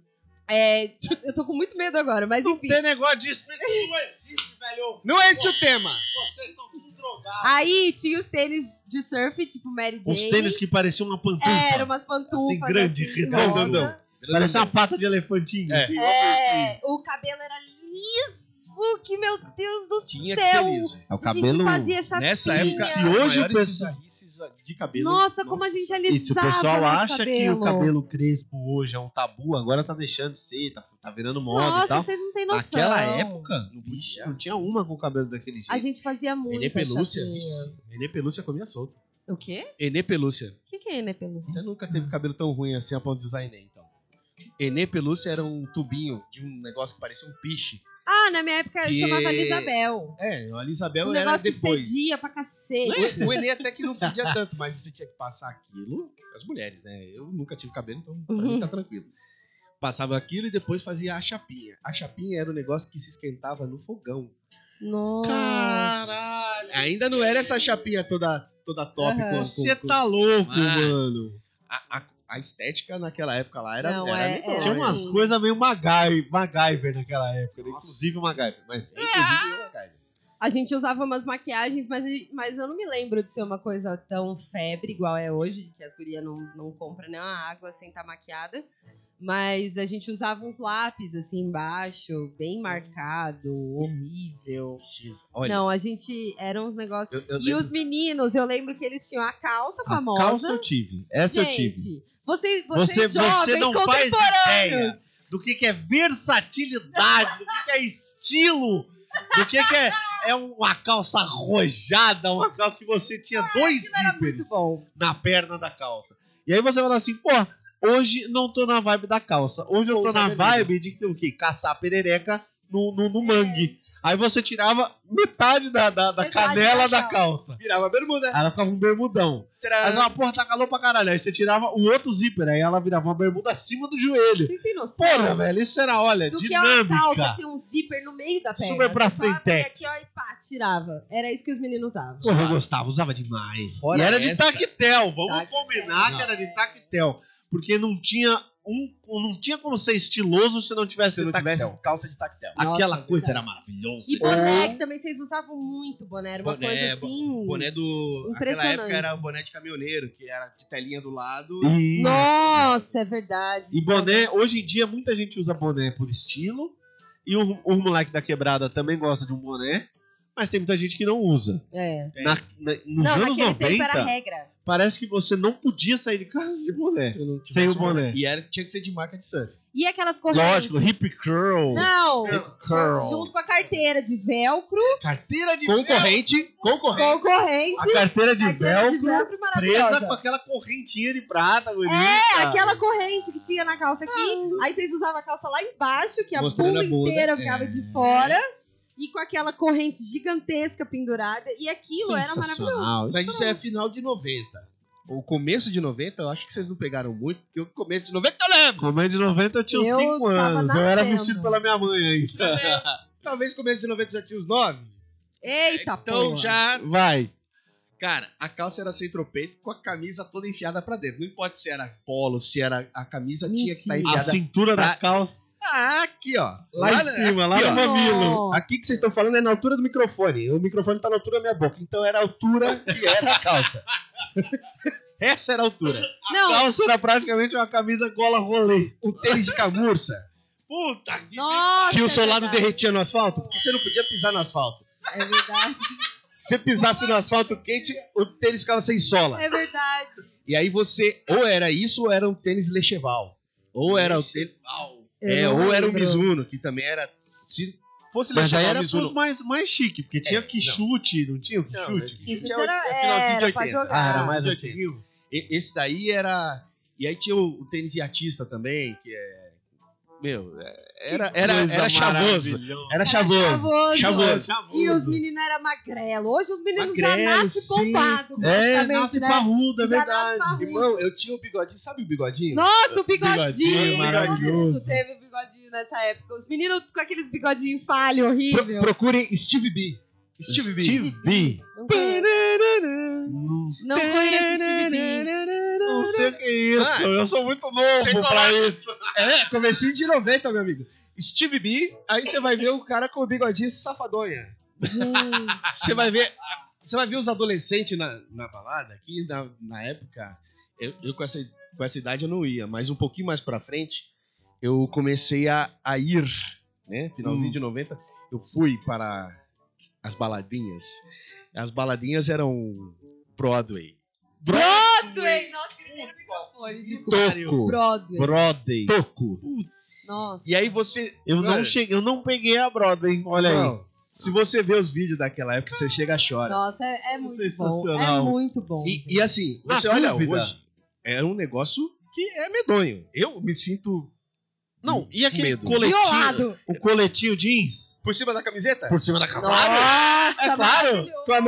É, eu tô com muito medo agora, mas enfim.
Tem negócio de espírito que não existe, velho.
Não é esse o tema.
Vocês estão tudo drogados.
Aí tinha os tênis de surf, tipo Mary Jane.
Uns tênis que pareciam uma pantufa.
Era umas pantufas.
Assim, grande,
assim,
redondão.
rosa.
Parecia uma pata de elefantinho.
É.
assim, uma pantufa.
É, o cabelo era liso, que meu Deus do
Tinha que ser
céu.
liso.
É o
A gente fazia chapinha.
Nessa época,
Se
as
hoje o
é
maiores
pessoal-
bizarrices de cabelo.
Nossa, como a gente alisava
E se o pessoal
nosso
acha que o cabelo crespo hoje é um tabu, agora tá deixando de ser, tá, tá virando moda e
Nossa,
tal.
vocês não têm noção.
Naquela época, não, podia, não tinha uma com o cabelo daquele jeito.
A gente fazia muito.
Enê Pelúcia.
chapinha.
isso. Enê Pelúcia comia solto.
O quê?
Enê Pelúcia.
O que, que é Enê Pelúcia?
Você nunca teve cabelo tão ruim assim a ponto de usar Enê, então. Enê Pelúcia era um tubinho de um negócio que parecia um piche.
Ah, na minha época eu
Que-
chamava Lisabel.
É, a Isabel
Um
era
negócio que
depois.
fedia pra cacete.
O, o Enê até que não fedia tanto, mas você tinha que passar aquilo. As mulheres, né? Eu nunca tive cabelo, então pra mim
Uhum.
tá tranquilo. Passava aquilo e depois fazia a chapinha. A chapinha era o negócio que se esquentava no fogão.
Nossa.
Caralho! Ainda não era essa chapinha toda, toda top.
Aham.
com- com-
Você
com-
tá louco,
Ah.
mano.
A, a- a estética naquela época lá era.
Não,
era
é-
legal,
era
Tinha
né?
umas
assim.
coisas meio MacGyver, MacGyver naquela época, né?
Nossa.
inclusive o MacGyver. Mas
Inclusive, eu, cara.
A gente usava umas maquiagens, mas, mas eu não me lembro de ser uma coisa tão febre igual é hoje, que as gurias não, não compram nenhuma água sem estar maquiada. Mas a gente usava uns lápis assim embaixo, bem marcado, horrível.
X, Olha,
não, a gente era uns negócios.
eu, eu
E
lembro-
os meninos, eu lembro que eles tinham a calça
a
famosa.
calça eu tive. Essa eu tive.
gente, vocês,
Você,
vocês jovens
você não faz
contemporâneos.
ideia do que, que é versatilidade, do que, que é estilo, do que, que é, é uma calça arrojada, uma calça que você tinha dois
Ah, Muito
zíperes
bom.
na perna da calça. E aí você fala assim, pô, hoje não tô na vibe da calça. Hoje eu tô
é
na vibe de o quê? Caçar perereca no, no, no mangue. Aí você tirava metade da, da, da
É. Metade
canela
da
da calça.
virava bermuda.
Aí ela ficava um bermudão. Aí
Tcharam.
ela, porra, tá calor pra caralho. Aí você tirava o outro zíper, aí ela virava uma bermuda acima do joelho.
Vocês têm noção?
Porra, velho, isso era,
É
olha,
do que é uma calça
dinâmica.
ter um zíper no meio da perna.
Super pra
Você só abria
frentex.
aqui, ó, e pá, tirava. Era isso que os meninos usavam.
Porra, eu gostava, usava demais.
Fora
e era de
essa.
tactel, vamos
Tactel.
combinar
Não.
que era de tactel. Porque não tinha um. Não tinha como ser estiloso se não tivesse
Se não
tactel.
tivesse calça de tactel.
Aquela
tá
Nossa,
coisa
verdade.
era maravilhosa.
E boné que também vocês usavam muito boné, era uma
Boné,
coisa assim.
Boné do. Naquela
Impressionante.
época era o boné de caminhoneiro, que era de telinha do lado.
E,
Nossa, é verdade.
e boné, hoje em dia muita gente usa boné por estilo. E o, o moleque da quebrada também gosta de um boné.
Mas tem muita gente que não usa.
É.
Na, na, nos
não,
anos
naquele tempo
90,
era regra.
parece que você não podia sair de casa de boné. Sem o boné.
boné.
E era, tinha que ser de marca de surf.
E aquelas correntes.
Lógico, hip curl.
Não.
Hip curl.
Junto com a carteira de velcro.
Carteira de concorrente, concorrente.
Concorrente.
A carteira de
carteira de
velcro,
velcro maravilhosa.
presa com aquela correntinha de prata bonita.
É,
Ah.
aquela corrente que tinha na calça aqui. Aí vocês usavam a calça lá embaixo, que a
Mostrando
bunda
a bunda, É.
inteira ficava de fora. E com aquela corrente gigantesca pendurada. E aquilo era
né?
maravilhoso.
Mas isso é final de 90. O começo de 90, eu acho que vocês não pegaram muito, porque o começo de 90 eu lembro. Começo de 90 eu
tinha uns Eu cinco tava anos, eu era nascendo. vestido
pela minha mãe ainda. Talvez começo de 90 já tinha uns 9.
Eita,
Então
porra.
já.
Vai.
Cara, a calça era sem tropeito com a camisa toda enfiada pra dentro. Não importa se era polo, se era a camisa, tinha que estar
A
enfiada.
cintura da calça.
Ah, aqui, ó.
Lá em
na-
cima, lá
aqui,
no
ó.
mamilo.
Aqui que vocês estão falando é na altura do microfone. O microfone tá na altura da minha boca. Então era a altura que era a calça. Essa era a altura.
Não.
A calça era praticamente uma camisa gola rolê. Um tênis de camurça. Puta que
Nossa,
Que o
é
solado
verdade.
derretia um no asfalto. Porque você não podia pisar no asfalto.
É verdade.
Se você pisasse no asfalto quente, o tênis ficava sem sola.
É verdade.
E aí você, ou era isso, ou era um tênis lecheval. Ou era o tênis. É,
Eu não
ou era o
lembro.
Mizuno, que também era. Se fosse
Mas aí
lecheval,
era
Mizuno.
pros é mais, mais chique, porque tinha que chute, não tinha que
Não,
chute?
mas
Isso
tinha
era,
oit- finalzinho é de
era pra
80.
jogar.
Ah, era mais
80.
antigo.
E- Esse daí era. E aí tinha o, o tênis iatista também, que é. Meu, é- era, era, era chavoso. Era chavoso.
Chavoso.
Chavoso.
E os meninos eram magrelo. Hoje os meninos já
Magrelo,
nascem
sim.
bombados.
É,
praticamente,
nasce
né?
parrudo, é
Já nasce
verdade.
parrudo.
Irmão, eu tinha o bigodinho, sabe o bigodinho?
Nossa, o bigodinho!
Bigodinho,
Todo mundo
maravilhoso.
teve o bigodinho nessa época. Os meninos com aqueles bigodinhos falho,
Pro-
horrível.
procurem Steve B. Steve B.
Steve B.
Não conheço, não conheço Steve B.
Não sei o que é isso.
Ah,
eu sou muito novo
chegou
pra
lá.
isso.
É, comecinho de 90, meu amigo. Steve B, aí você vai ver o cara com o bigodinho safadonha.
Gente,
Você vai ver. Você vai ver os adolescentes na, na balada aqui, na, na época. Eu, eu com, essa, com essa idade eu não ia, mas um pouquinho mais pra frente, eu comecei a, a ir, né? Finalzinho
Hum.
de 90, eu fui para as baladinhas. As baladinhas eram Broadway.
Broadway! Nossa, ele era o microfone. Desculpa.
Toco.
Broadway.
Broadway. Toco.
Nossa.
E aí você.
Eu não,
Mano,
cheguei, eu não peguei a broda, hein? Olha aí.
É. não. Se você ver os vídeos daquela época, você chega e chora.
Nossa, é, é muito bom. É
Sensacional.
muito bom. gente.
E, e assim,
Na
você olha
dúvida.
hoje, é um negócio que é medonho. Eu me sinto
Não, e aquele
Medo.
coletinho?
Violado.
O um coletinho jeans?
por cima da camiseta.
Por cima da
Claro.
Ah, é
Tá
claro!
maravilhoso.
Com a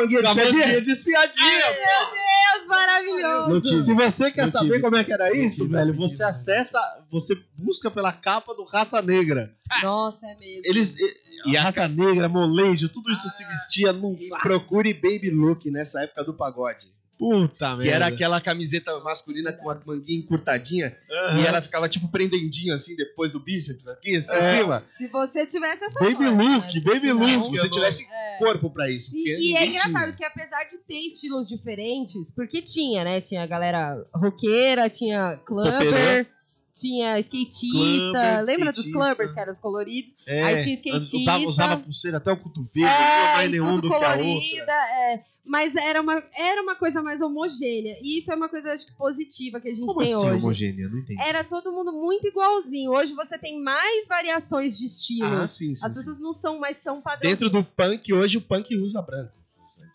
mangueira desfiadinha.
Ah, é. Deus, maravilhoso.
Não
Se
tive.
você quer
Não
saber
tive.
como é que era isso,
tive,
velho,
não tive.
você acessa, você busca pela capa do Raça Negra.
Nossa, é mesmo.
Eles, e a Raça Negra, molejo, tudo isso se vestia num...
E procure Baby Look nessa época do pagode.
Puta merda.
Que era aquela camiseta masculina com uma manguinha encurtadinha
Aham.
e ela ficava tipo prendendinho assim depois do bíceps aqui, assim,
É.
em cima.
Se você tivesse essa
Baby
sorte,
Luke,
né?
Baby
Não.
Luke.
Se você tivesse
É.
corpo pra isso. porque
E, e é
ninguém tinha.
engraçado que apesar de ter estilos diferentes, porque tinha, né? Tinha a galera roqueira, tinha clubber,
Poperã.
tinha skatista.
Clubber,
lembra dos
skatista.
clubers que eram os coloridos?
É,
Aí tinha
antes
skatista.
Usava, usava pulseira até o cotovelo, não
é,
ia
e
mais nenhum
tudo
do que a outra.
colorida, é. Mas era uma, era uma coisa mais homogênea. E isso é uma coisa, acho que, positiva que a gente
Como
tem
assim
hoje.
homogênea? Não entendi.
Era todo mundo muito igualzinho. Hoje você tem mais variações de
Ah,
estilos.
sim, sim,
As
sim.
pessoas não são mais tão padrões.
Dentro do punk, hoje o punk usa branco.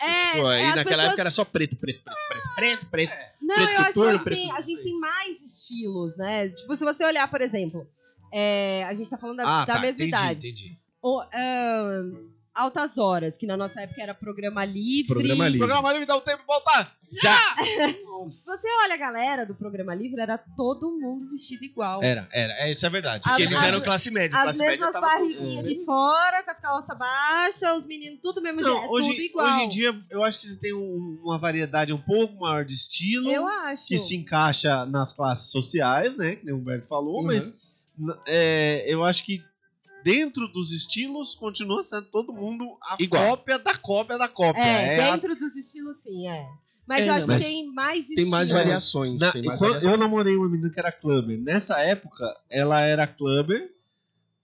É,
Pô, aí
é,
naquela
as pessoas Ah, é.
época era só preto, preto, preto, preto, preto, preto.
Não,
Preto
eu acho que
futuro,
a gente,
preto
tem, a gente
futuro.
tem mais estilos, né? Tipo, se você olhar, por exemplo, é, a gente tá falando da, da mesma
Ah, entendi,
idade.
Entendi.
O, ahn, Altas Horas, que na nossa época era Programa Livre.
Programa Livre.
Programa
me dá um tempo voltar. Já!
Se você olha a galera do Programa Livre, era todo mundo vestido igual.
Era, era. É, isso é verdade.
As-
Porque eles
as-
eram classe média.
As
classe média
mesmas
tava
barriguinhas de fora, com as calças baixas, os meninos tudo mesmo jeito,
Não,
tudo
hoje,
igual.
hoje em dia, eu acho que você tem um- uma variedade um pouco maior de estilo.
eu acho.
que se encaixa nas classes sociais, né? Que nem o Humberto falou,
Uhum.
mas n- é, eu acho que dentro dos estilos continua sendo todo mundo a
Igual.
cópia da cópia da cópia.
É,
É a-
dentro dos estilos, sim, é. Mas
É,
eu acho
mas
que tem mais
Tem
estilos.
mais variações.
na-
tem mais
quando
variações.
eu namorei uma menina que era clubber. Nessa época, ela era clubber.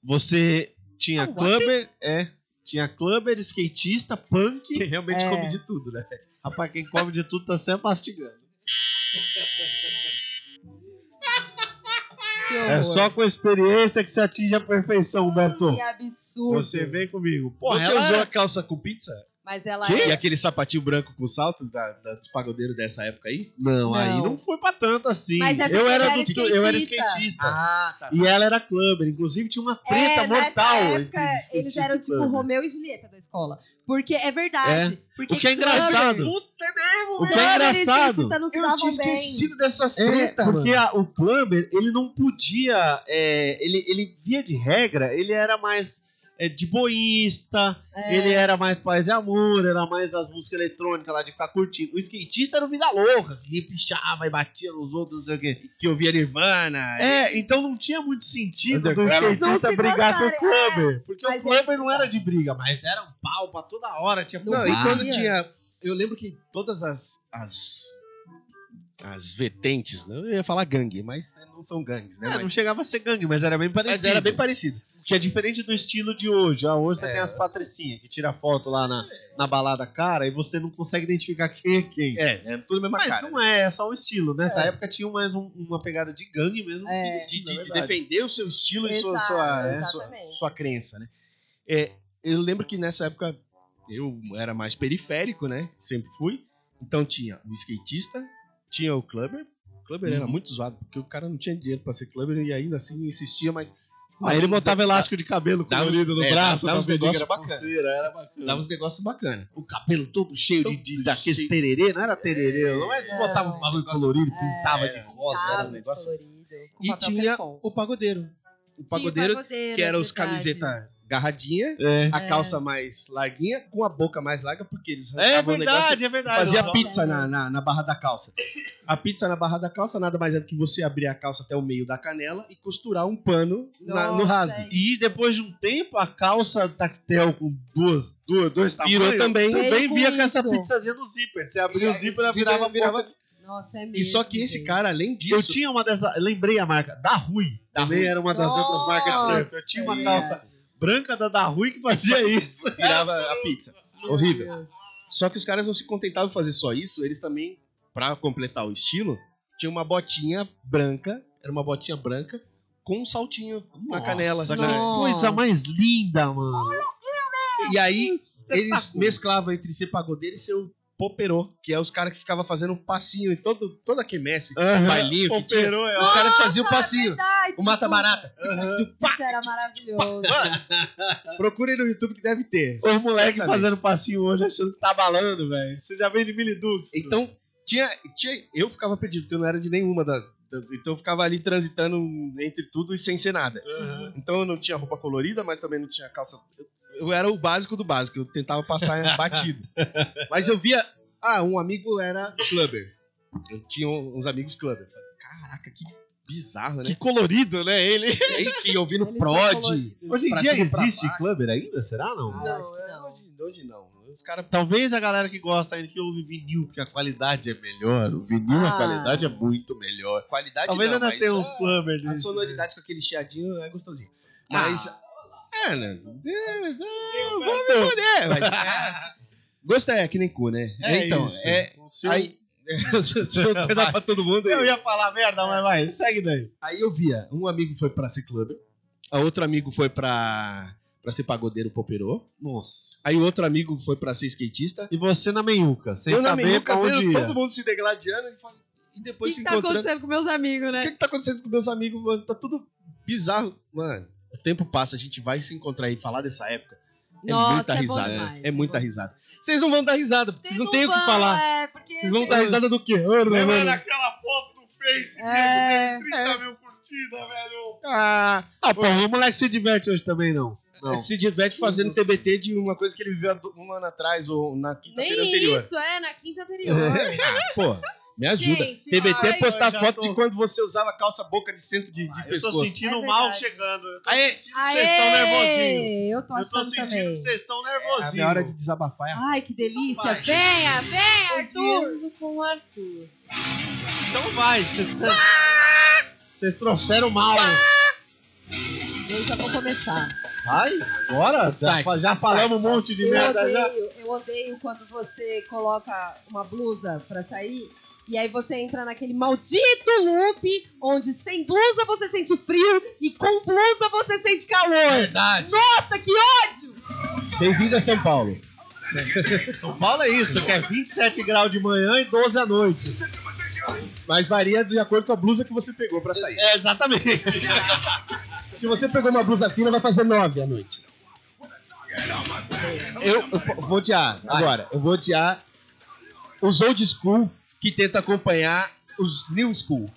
Você tinha
Ah, what?
clubber, é. Tinha clubber, skatista, punk. Você
realmente
É. come de
tudo, né? Rapaz, quem come de tudo tá sempre mastigando.
Que
É
horror.
só com experiência que se atinge a perfeição, Humberto.
Que absurdo.
Você vem comigo. Porra,
Você
ela
usou
era-
a calça com pizza?
Mas ela
E
é.
aquele sapatinho branco com salto da, da- dos pagodeiros dessa época aí?
Não, aí
Não.
não foi pra tanto assim.
Mas é porque
eu era,
ela era
do- eu era
skatista.
é skatista.
Ah, tá.
E ela era né? clubber. Inclusive tinha uma treta
É,
mortal.
Nessa
entre
época,
skatista
eles
e
eram tipo
clubber.
Romeu e Julieta da escola. Porque é verdade. Porque,
O que é
clubber-
engraçado. O que é
clubber e
engraçado.
skatista não se
Eu
davam
tinha
bem.
esquecido dessas
É,
tretas,
porque
mano.
a- o clubber, ele não podia. é, ele, ele, via de regra, ele era mais é, de boísta,
É.
ele era mais paz e amor, era mais das músicas eletrônicas lá de ficar curtindo. O skatista era o vida louca, que pichava e batia nos outros, não sei o quê.
Que eu via Nirvana.
É, então não tinha muito sentido do
Underground.
Não
skatista
se
brigar com
gostarem,
o
é.
clubber. Porque
Mas
o clubber
eles-
não era de briga, mas era um pau pra toda hora, tinha
Não,
É, Não, e
Ah.
quando tinha. Eu lembro que todas as. as as vertentes, né? eu ia falar gangue, mas né, não são gangues, né?
É, não
mas,
chegava a ser gangue, mas era bem parecido.
mas era bem parecido.
Que é diferente do estilo de hoje. Ah, hoje você
É.
tem as patricinhas que tira foto lá na, na balada cara e você não consegue identificar quem é quem.
É, é tudo a mesma
Mas
cara.
não é, é só o estilo. Nessa época tinha mais um- uma pegada de gangue mesmo. que
É.
estilo,
de, de-
é
de
verdade.
defender o seu estilo e sua,
Exato,
sua,
é,
sua,
exatamente.
sua crença, né? É, eu lembro que nessa época eu era mais periférico, né? Sempre fui. Então tinha o skatista, tinha o clubber. O clubber
Uhum.
era muito zoado, porque o cara não tinha dinheiro pra ser clubber e ainda assim insistia, mas...
Aí ele botava elástico de cabelo
Dava uns-
colorido no
é,
braço, um
dava uns
pra
negócios
pegar
bacana.
pulseira, era bacana.
Dava uns negócios bacanas.
O cabelo todo cheio de, de, daqueles tererê, não era tererê, não é? Eles
Não.
botavam um bagulho colorido,
É.
pintava de rosa, era um
Sabe,
negócio
colorido, com
né, E
papel
tinha
crepom.
o pagodeiro. O
Tinha
pagodeiro,
pagodeiro,
que era
é
os
verdade.
camiseta garradinha,
É.
a calça mais larguinha, com a boca mais larga, porque eles
É
arrancavam o um negócio
verdade, é verdade.
Fazia
Ó,
pizza na, na, na barra da calça. A pizza na barra da calça nada mais é do que você abrir a calça até o meio da canela e costurar um pano na- no
Nossa,
rasgo.
é.
E depois de um tempo, a calça tactel com duas, duas dois
Virou
tamanhos,
também.
também
Veio
vinha
com
com essa
isso.
pizzazinha no zíper. Você abria o
aí,
um zíper, ela
zíper,
virava,
virava-
virava
Nossa, é mesmo.
E só que esse
gente.
cara, além
Eu
disso,
tinha uma dessa, lembrei a marca, da Rui. Também era uma das outras marcas de surf. Eu
Nossa,
tinha uma
é
calça branca da da Rui que fazia isso.
virava a pizza.
Meu
Horrível. né?
Deus.
Só que os caras não se contentavam em fazer só isso, eles também, pra completar o estilo, tinha uma botinha branca, era uma botinha branca, com um saltinho na canela.
Nossa,
né?
Nossa.
Coisa mais linda, mano.
E aí, eles
espetáculo.
mesclavam entre ser pagodeiro e ser o poperô, que é os caras que ficavam fazendo um passinho em todo, toda a quermesse, bailinho que tinha.
Operou, é
Os caras faziam o passinho,
Verdade,
o mata-barata.
Isso era maravilhoso.
Procurem no YouTube que deve ter.
Os moleques
certamente.
fazendo passinho hoje achando que tá balando, velho. Você já vem de Mini Dukes.
Então, tinha, tinha, eu ficava perdido, porque eu não era de nenhuma das. das- Então eu ficava ali transitando entre tudo e sem ser nada. Então eu não tinha roupa colorida, mas também não tinha calça. Eu, eu era o básico do básico, eu tentava passar batido. Mas eu via. Ah, um amigo era clubber. Eu tinha um, uns amigos clubber. Eu falei, Caraca, que bizarro, né?
que colorido, né? Ele.
E aí, que ouvindo
Eles são
prod.
coloridos.
Hoje em
Pra
dia
cima e pra
existe
baixo.
clubber ainda? Será não?
assim. Não, acho que não.
é, Hoje, hoje não. Os caras.
Talvez a galera que gosta ainda que ouve vinil, porque a qualidade é melhor. O vinil,
Ah.
a qualidade é muito melhor.
Qualidade
Talvez
não,
ainda
mas é
tenha
só
uns clubbers
A
disso, né?
sonoridade com aquele chiadinho é gostosinho.
Ah.
Mas. É, né? É, não, Vamos
Beto.
escolher, mas. Gosto é que nem cu, né?
É
então,
isso.
é.
O seu-
Aí, se eu tentar pra todo mundo.
Eu ia falar merda, mas vai, segue daí.
Aí eu via, um amigo foi pra ser clubber, a outro amigo foi pra, pra ser pagodeiro poperô,
Nossa.
aí o outro amigo foi pra ser skatista.
E você na meiuca, sem
eu na
saber
meiuca,
pra onde
vendo
ia.
todo mundo se degladiando e, fala- e
O
depois
que,
se
que tá
encontrando.
acontecendo com meus amigos,
O
né?
que, que tá acontecendo com meus amigos, mano? Tá tudo bizarro. Mano, o tempo passa, a gente vai se encontrar e falar dessa época. É muita
Nossa, é bom
risada.
demais,
é
é
muita
bom.
risada. Vocês não vão dar risada, porque vocês não, têm o que
vão,
falar.
É, porque
Vocês vão
cê-
tá
dar risada do quê?
Lembra
Ah,
daquela foto no Face?
É,
30 mil curtidas, velho.
ah,
Ah, pô, o moleque se diverte hoje também, não. Não.
se diverte fazendo TBT de uma coisa que ele viveu há do- um ano atrás ou na quinta-feira
nem
anterior.
isso, é, na quinta anterior.
Ah, pô, me ajuda.
Gente,
TBT é
ai,
postar
eu já
foto
tô- Ah,
de quando você usava calça boca de centro de, de
Eu tô assim,
pescoço.
sentindo
É
mal
verdade.
chegando. Eu tô
Aê,
sentindo que
Aê,
vocês estão nervosinhos.
Eu tô
Eu tô
achando
sentindo
também.
que vocês estão
É, a
nervosinhos.
minha hora de desabafar é
Ai, que delícia.
Vai.
Venha, venha, Arthur.
Odiando com o Arthur.
Então vai. vocês- vocês- Vocês trouxeram mal.
Eu já vou começar.
Vai, agora? Já,
Sai,
já falamos um monte de
eu
merda já.
odeio, eu odeio quando você coloca uma blusa pra sair e aí você entra naquele maldito loop onde sem blusa você sente frio e com blusa você sente calor.
Verdade.
Nossa, que ódio!
Bem-vindo a São Paulo. São Paulo é isso, que é 27 graus de manhã e 12 à noite. Mas varia de acordo com a blusa que você pegou pra sair. É, exatamente. Se você pegou uma blusa fina, vai fazer 9 à noite. Eu, eu po- vou odiar agora. Eu vou odiar os old school que tenta acompanhar os new school.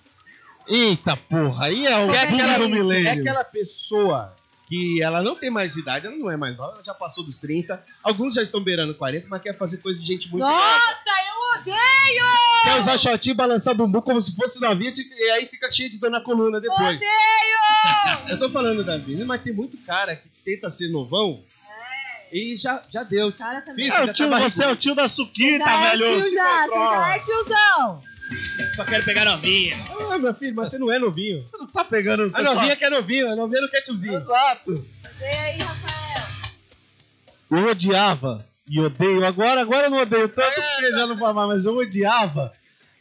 Eita porra, aí é o
É
boom
aquela-
do milênio.
é
aquela pessoa que ela não tem mais idade, ela não é mais nova, ela já passou dos 30. Alguns já estão beirando 40, mas quer fazer coisa de gente muito nova.
Nossa, eu odeio!
Quer usar shortinho e balançar bumbum como se fosse novinha te- e aí fica cheio de dor na coluna depois.
Odeio!
Eu tô falando da vida, mas tem muito cara que tenta ser novão e já, já deu.
Cara também.
Bicho, já tá barrigudo.
É, tio da Suquita,
Já é tio já, você já é tiozão.
Só quero pegar novinha.
Ah, meu filho, mas você não é novinho.
Não tá pegando...
A
você só-
novinha quer novinho, a novinha é não quer tiozinho.
Exato.
Vem aí, Rafael.
Eu odiava e odeio agora. Agora eu não odeio tanto porque já não falo mais, mas eu odiava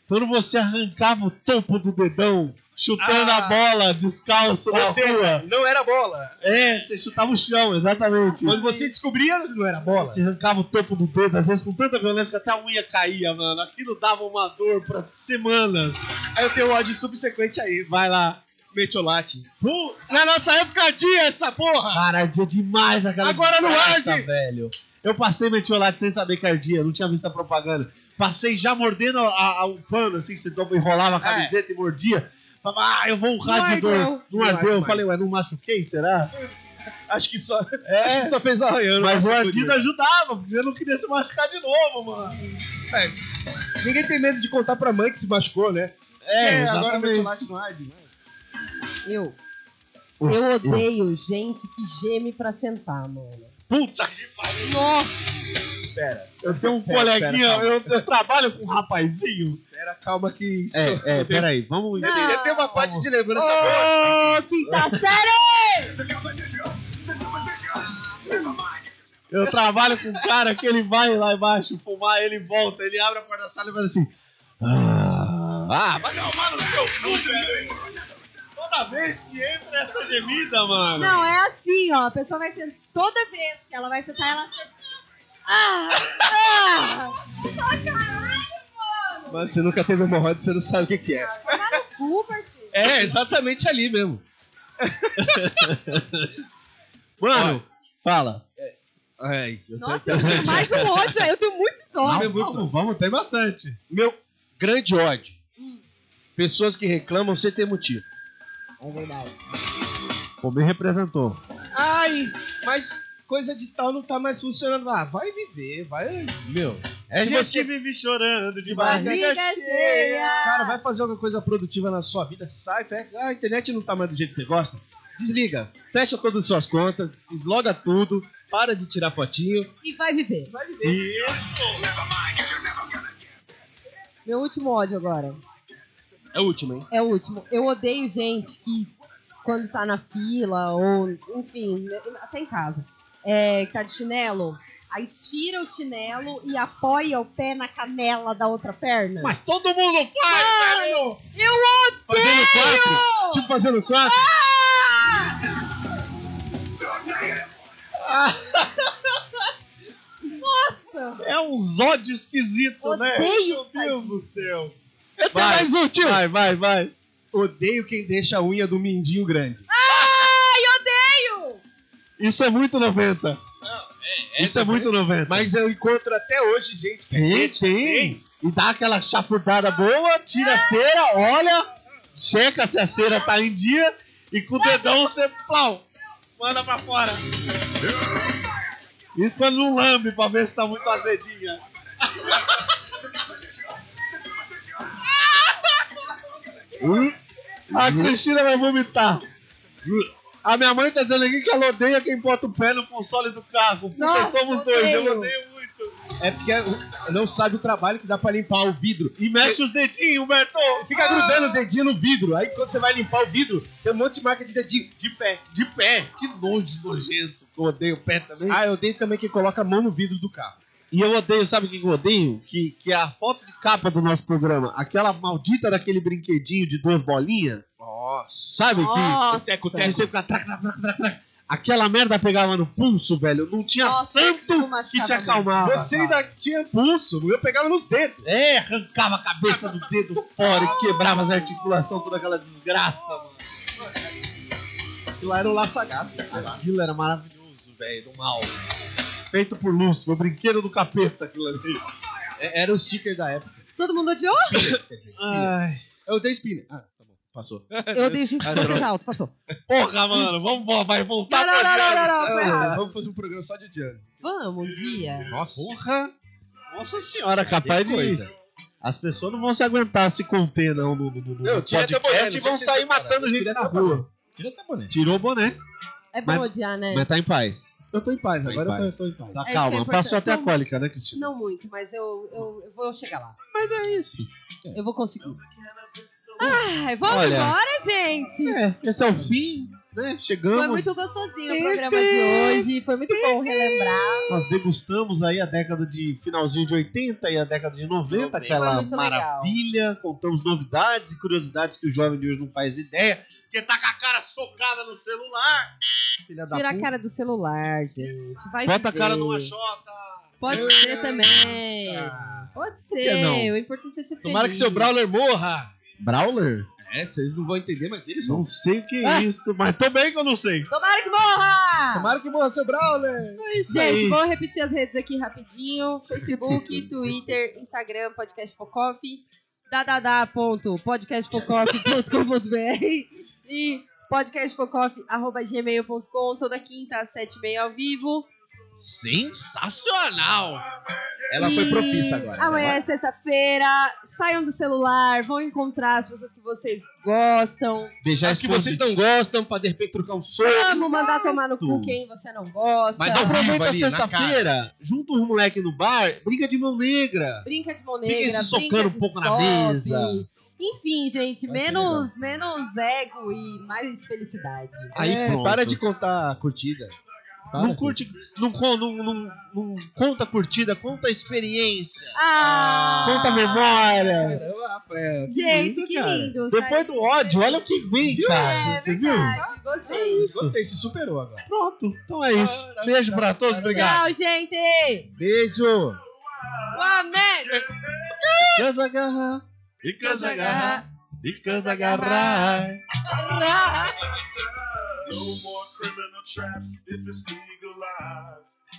quando você arrancava o topo do dedão chutando
Ah.
a bola descalço na
Ou seja,
rua.
não era bola.
É, você chutava o chão, exatamente.
Quando você descobria, não era bola.
Você arrancava o topo do dedo, às vezes com tanta violência que até a unha caía, mano. Aquilo dava uma dor pra semanas.
Aí eu tenho um ódio subsequente a isso.
Vai lá.
Metiolate.
Pô,
Na nossa época tinha essa porra!
Cara, dia demais aquela
Agora não
desgraça,
arde.
velho. Eu passei metiolate sem saber que ardia, não tinha visto a propaganda. Passei já mordendo a, a- um pano, assim, você toma- enrolava a camiseta e mordia. Falava, ah, eu vou honrar
Não
de dor.
ardeu.
Não
É. Não
ardeu. Eu
arde
falei, ué, não machuquei, será?
Acho que só, acho
É,
que só fez arranhando. né?
mas o
eu
ardido ajudava, porque eu não queria se machucar de novo, mano.
É. Ninguém tem medo de contar pra mãe que se machucou, né?
É,
agora o
exatamente.
metiolate não arde. né?
Eu. Eu odeio gente que geme pra sentar, mano.
Puta que pariu.
Nossa,
Pera,
Eu tenho um
Pera,
coleguinha,
pera, calma.
eu, eu trabalho com um rapazinho.
pera, calma que isso.
É, é, peraí, vamos...
Não.
Deveria ter uma parte de lembrança boa.
Oh, que
quinta série!
Eu trabalho com um cara que ele vai lá embaixo fumar, ele volta, ele abre a porta da sala e faz assim. Ah, ah, vai tomar no seu cu, velho. Toda vez que entra essa gemida, mano.
Não, é assim, ó. A pessoa vai sentar. Toda vez que ela vai sentar, ela. Ah! Ah! Ah, caralho, mano!
Mas você nunca teve hemorroida, você não sabe o que, que é.
Tomar no cu, parceiro.
É, exatamente ali mesmo.
Mano, fala.
É, Ai, eu tô-
Nossa, eu tenho mais um ódio aí, eu tenho muitos ódios.
vamos, vamos, tem bastante.
é Meu grande ódio. Pessoas que reclamam sem ter motivo.
Pô, me representou.
Ai, mas coisa de tal não tá mais funcionando. Ah, vai viver, vai. Meu.
É
Se
gente
você-
que vive chorando de barriga.
Barriga cheia!
Cara, vai fazer alguma coisa produtiva na sua vida, sai, pega. Ah, a internet não tá mais do jeito que você gosta. Desliga, fecha todas as suas contas, desloga tudo, para de tirar fotinho.
E vai viver.
Vai viver.
Meu último ódio agora.
É o último, hein?
É o último. Eu odeio gente que, quando tá na fila, ou, enfim, até em casa, é, que tá de chinelo, aí tira o chinelo e apoia o pé na canela da outra perna.
Mas todo mundo faz, né, velho!
Eu
Fazendo quatro.
odeio!
Tipo fazendo quatro.
Ah! Nossa!
É um zódio esquisito, né?
Odeio,
Meu Deus
tadinho.
do céu.
Vai,
mais um, tio. Vai, vai, vai.
Odeio quem deixa a unha do mindinho grande.
Ai, odeio!
Isso é muito 90. Isso é muito 90.
Mas eu encontro até hoje gente que
tem, tem. E dá aquela chafurdada boa, tira
É.
a cera, olha, checa se a cera tá em dia e com o dedão você plau, manda pra fora. Isso quando não lambe pra ver se tá muito azedinha. Hum? a Cristina vai vomitar. A minha mãe tá dizendo aqui que ela odeia quem bota o pé no console do carro. Porque
Nossa,
somos dois, eu
odeio.
odeio muito.
É porque o- não sabe o trabalho que dá pra limpar o vidro. E mexe os dedinhos, Humberto! Fica grudando o dedinho no vidro. Aí quando você vai limpar o vidro, tem um monte de marca de dedinho. De pé. De pé. Que longe, nojento. Eu odeio pé também. Ah, eu odeio também quem coloca a mão no vidro do carro.
E eu odeio, sabe o que eu odeio? Que,
é
que a foto de capa do nosso programa, aquela maldita daquele brinquedinho de duas bolinhas. Nossa. Sabe?
Nossa.
Que, teco, teco. Você fica trac, trac, trac, trac, trac. Aquela merda pegava no pulso, velho. Não tinha
Nossa,
santo
como
que te
machucava
acalmava.
Você ainda tinha pulso, eu pegava nos dedos.
Ah, É, arrancava a cabeça do dedo fora e quebrava as articulações, toda aquela desgraça, mano.
Aquilo lá era um o laçagado.
Aquilo era maravilhoso, velho, do mal. Feito por Lúcio, o brinquedo do capeta, aquilo ali.
É- Era o sticker da época.
Todo mundo odiou?
Ai.
Eu odeio spinner. Ah, tá bom. Passou.
Eu odeio gente que seja alto, passou.
Porra, mano, vamos embora, vai
Não,
voltar
não,
Tá pra
não, não,
Jane.
não, não, foi errado.
Vamos fazer um programa só de Django.
Vamos, um dia.
Nossa.
Porra. Nossa senhora, capaz de...
Que coisa.
As pessoas não vão se aguentar se conter, não, no, no, no, no
Eu tinha até boné, não sei
podcast e vão
se
sair
você- cara,
matando
eu
gente
queria
na
até
rua.
Tira até boné.
Tirou o boné,
É bom
Mas-
odiar, né?
mas tá em paz.
Eu tô em paz, agora
em
eu tô-
paz.
eu tô em paz.
Tá
que é
calma,
importante.
passou até a
Não-
cólica, né, Cristina?
Não muito, mas eu, eu, eu vou chegar lá.
Mas é isso.
Eu vou conseguir. Ai, vamos
Olha.
embora, gente!
É, esse é o fim, né? Chegamos.
Foi muito gostosinho o programa de hoje. Foi muito bom relembrar.
Nós degustamos aí a década de finalzinho de 80 e a década de 90,
Foi
aquela
muito legal.
maravilha. Contamos novidades e curiosidades que o jovem de hoje não faz ideia, porque tá com a cara socada no celular. Filha da
Tira a
puta.
cara do celular, gente. Vai
Bota Tá a cara
viver.
numa xota.
Pode ser também. Pode
que
ser.
não?
O importante é ser feliz.
Tomara que seu Brawler morra.
Brawler?
É, vocês não vão entender, mas eles vão.
Não sei o que é isso, mas tô bem que eu não sei.
Tomara que morra!
Tomara que morra seu Brawler.
É isso
Gente,
aí.
vou repetir as redes aqui rapidinho: Facebook, Twitter, Instagram, Podcast Focoff, dadadá.podcastfocoff.com.br e podcastfocoff.gmail.com, toda quinta às sete e meia ao vivo.
Sensacional!
Ela foi
E
propícia agora. né?
Amanhã é sexta-feira, saiam do celular, vão encontrar as pessoas que vocês gostam.
Beijar
Acho que vocês não gostam pra de repente trocar um soco.
Vamos mandar tomar no cu quem você não gosta.
Mas ao vivo
Ah, Aproveita a
ali, na cara.
sexta-feira, junta os moleque no bar, briga de mão negra.
Brinca de mão
Fica
negra,
se socando
brinca de
um pouco na
stop.
mesa.
Enfim, gente,
Vai ser
menos, menos ego e mais felicidade.
Aí
É,
pronto.
para de contar a curtida. Para,
não curte, não, con- não, não- não conta a curtida, conta a experiência,
Ah!
conta a memória.
Caramba, Rafael,
Gente,
lindo,
que
É, cara.
lindo.
Depois do ódio, olha o que vem, cara.
É,
Você viu?
verdade, Gostei.
Isso.
Gostei, se superou agora.
Pronto. Então é isso.
Ah,
Beijo pra todos, obrigado.
Tchau, gente!
Beijo.
Amém!
Casa agarrar, e casa agarrar, e casa agarrar.
Ra-
No more criminal traps if it's legalized.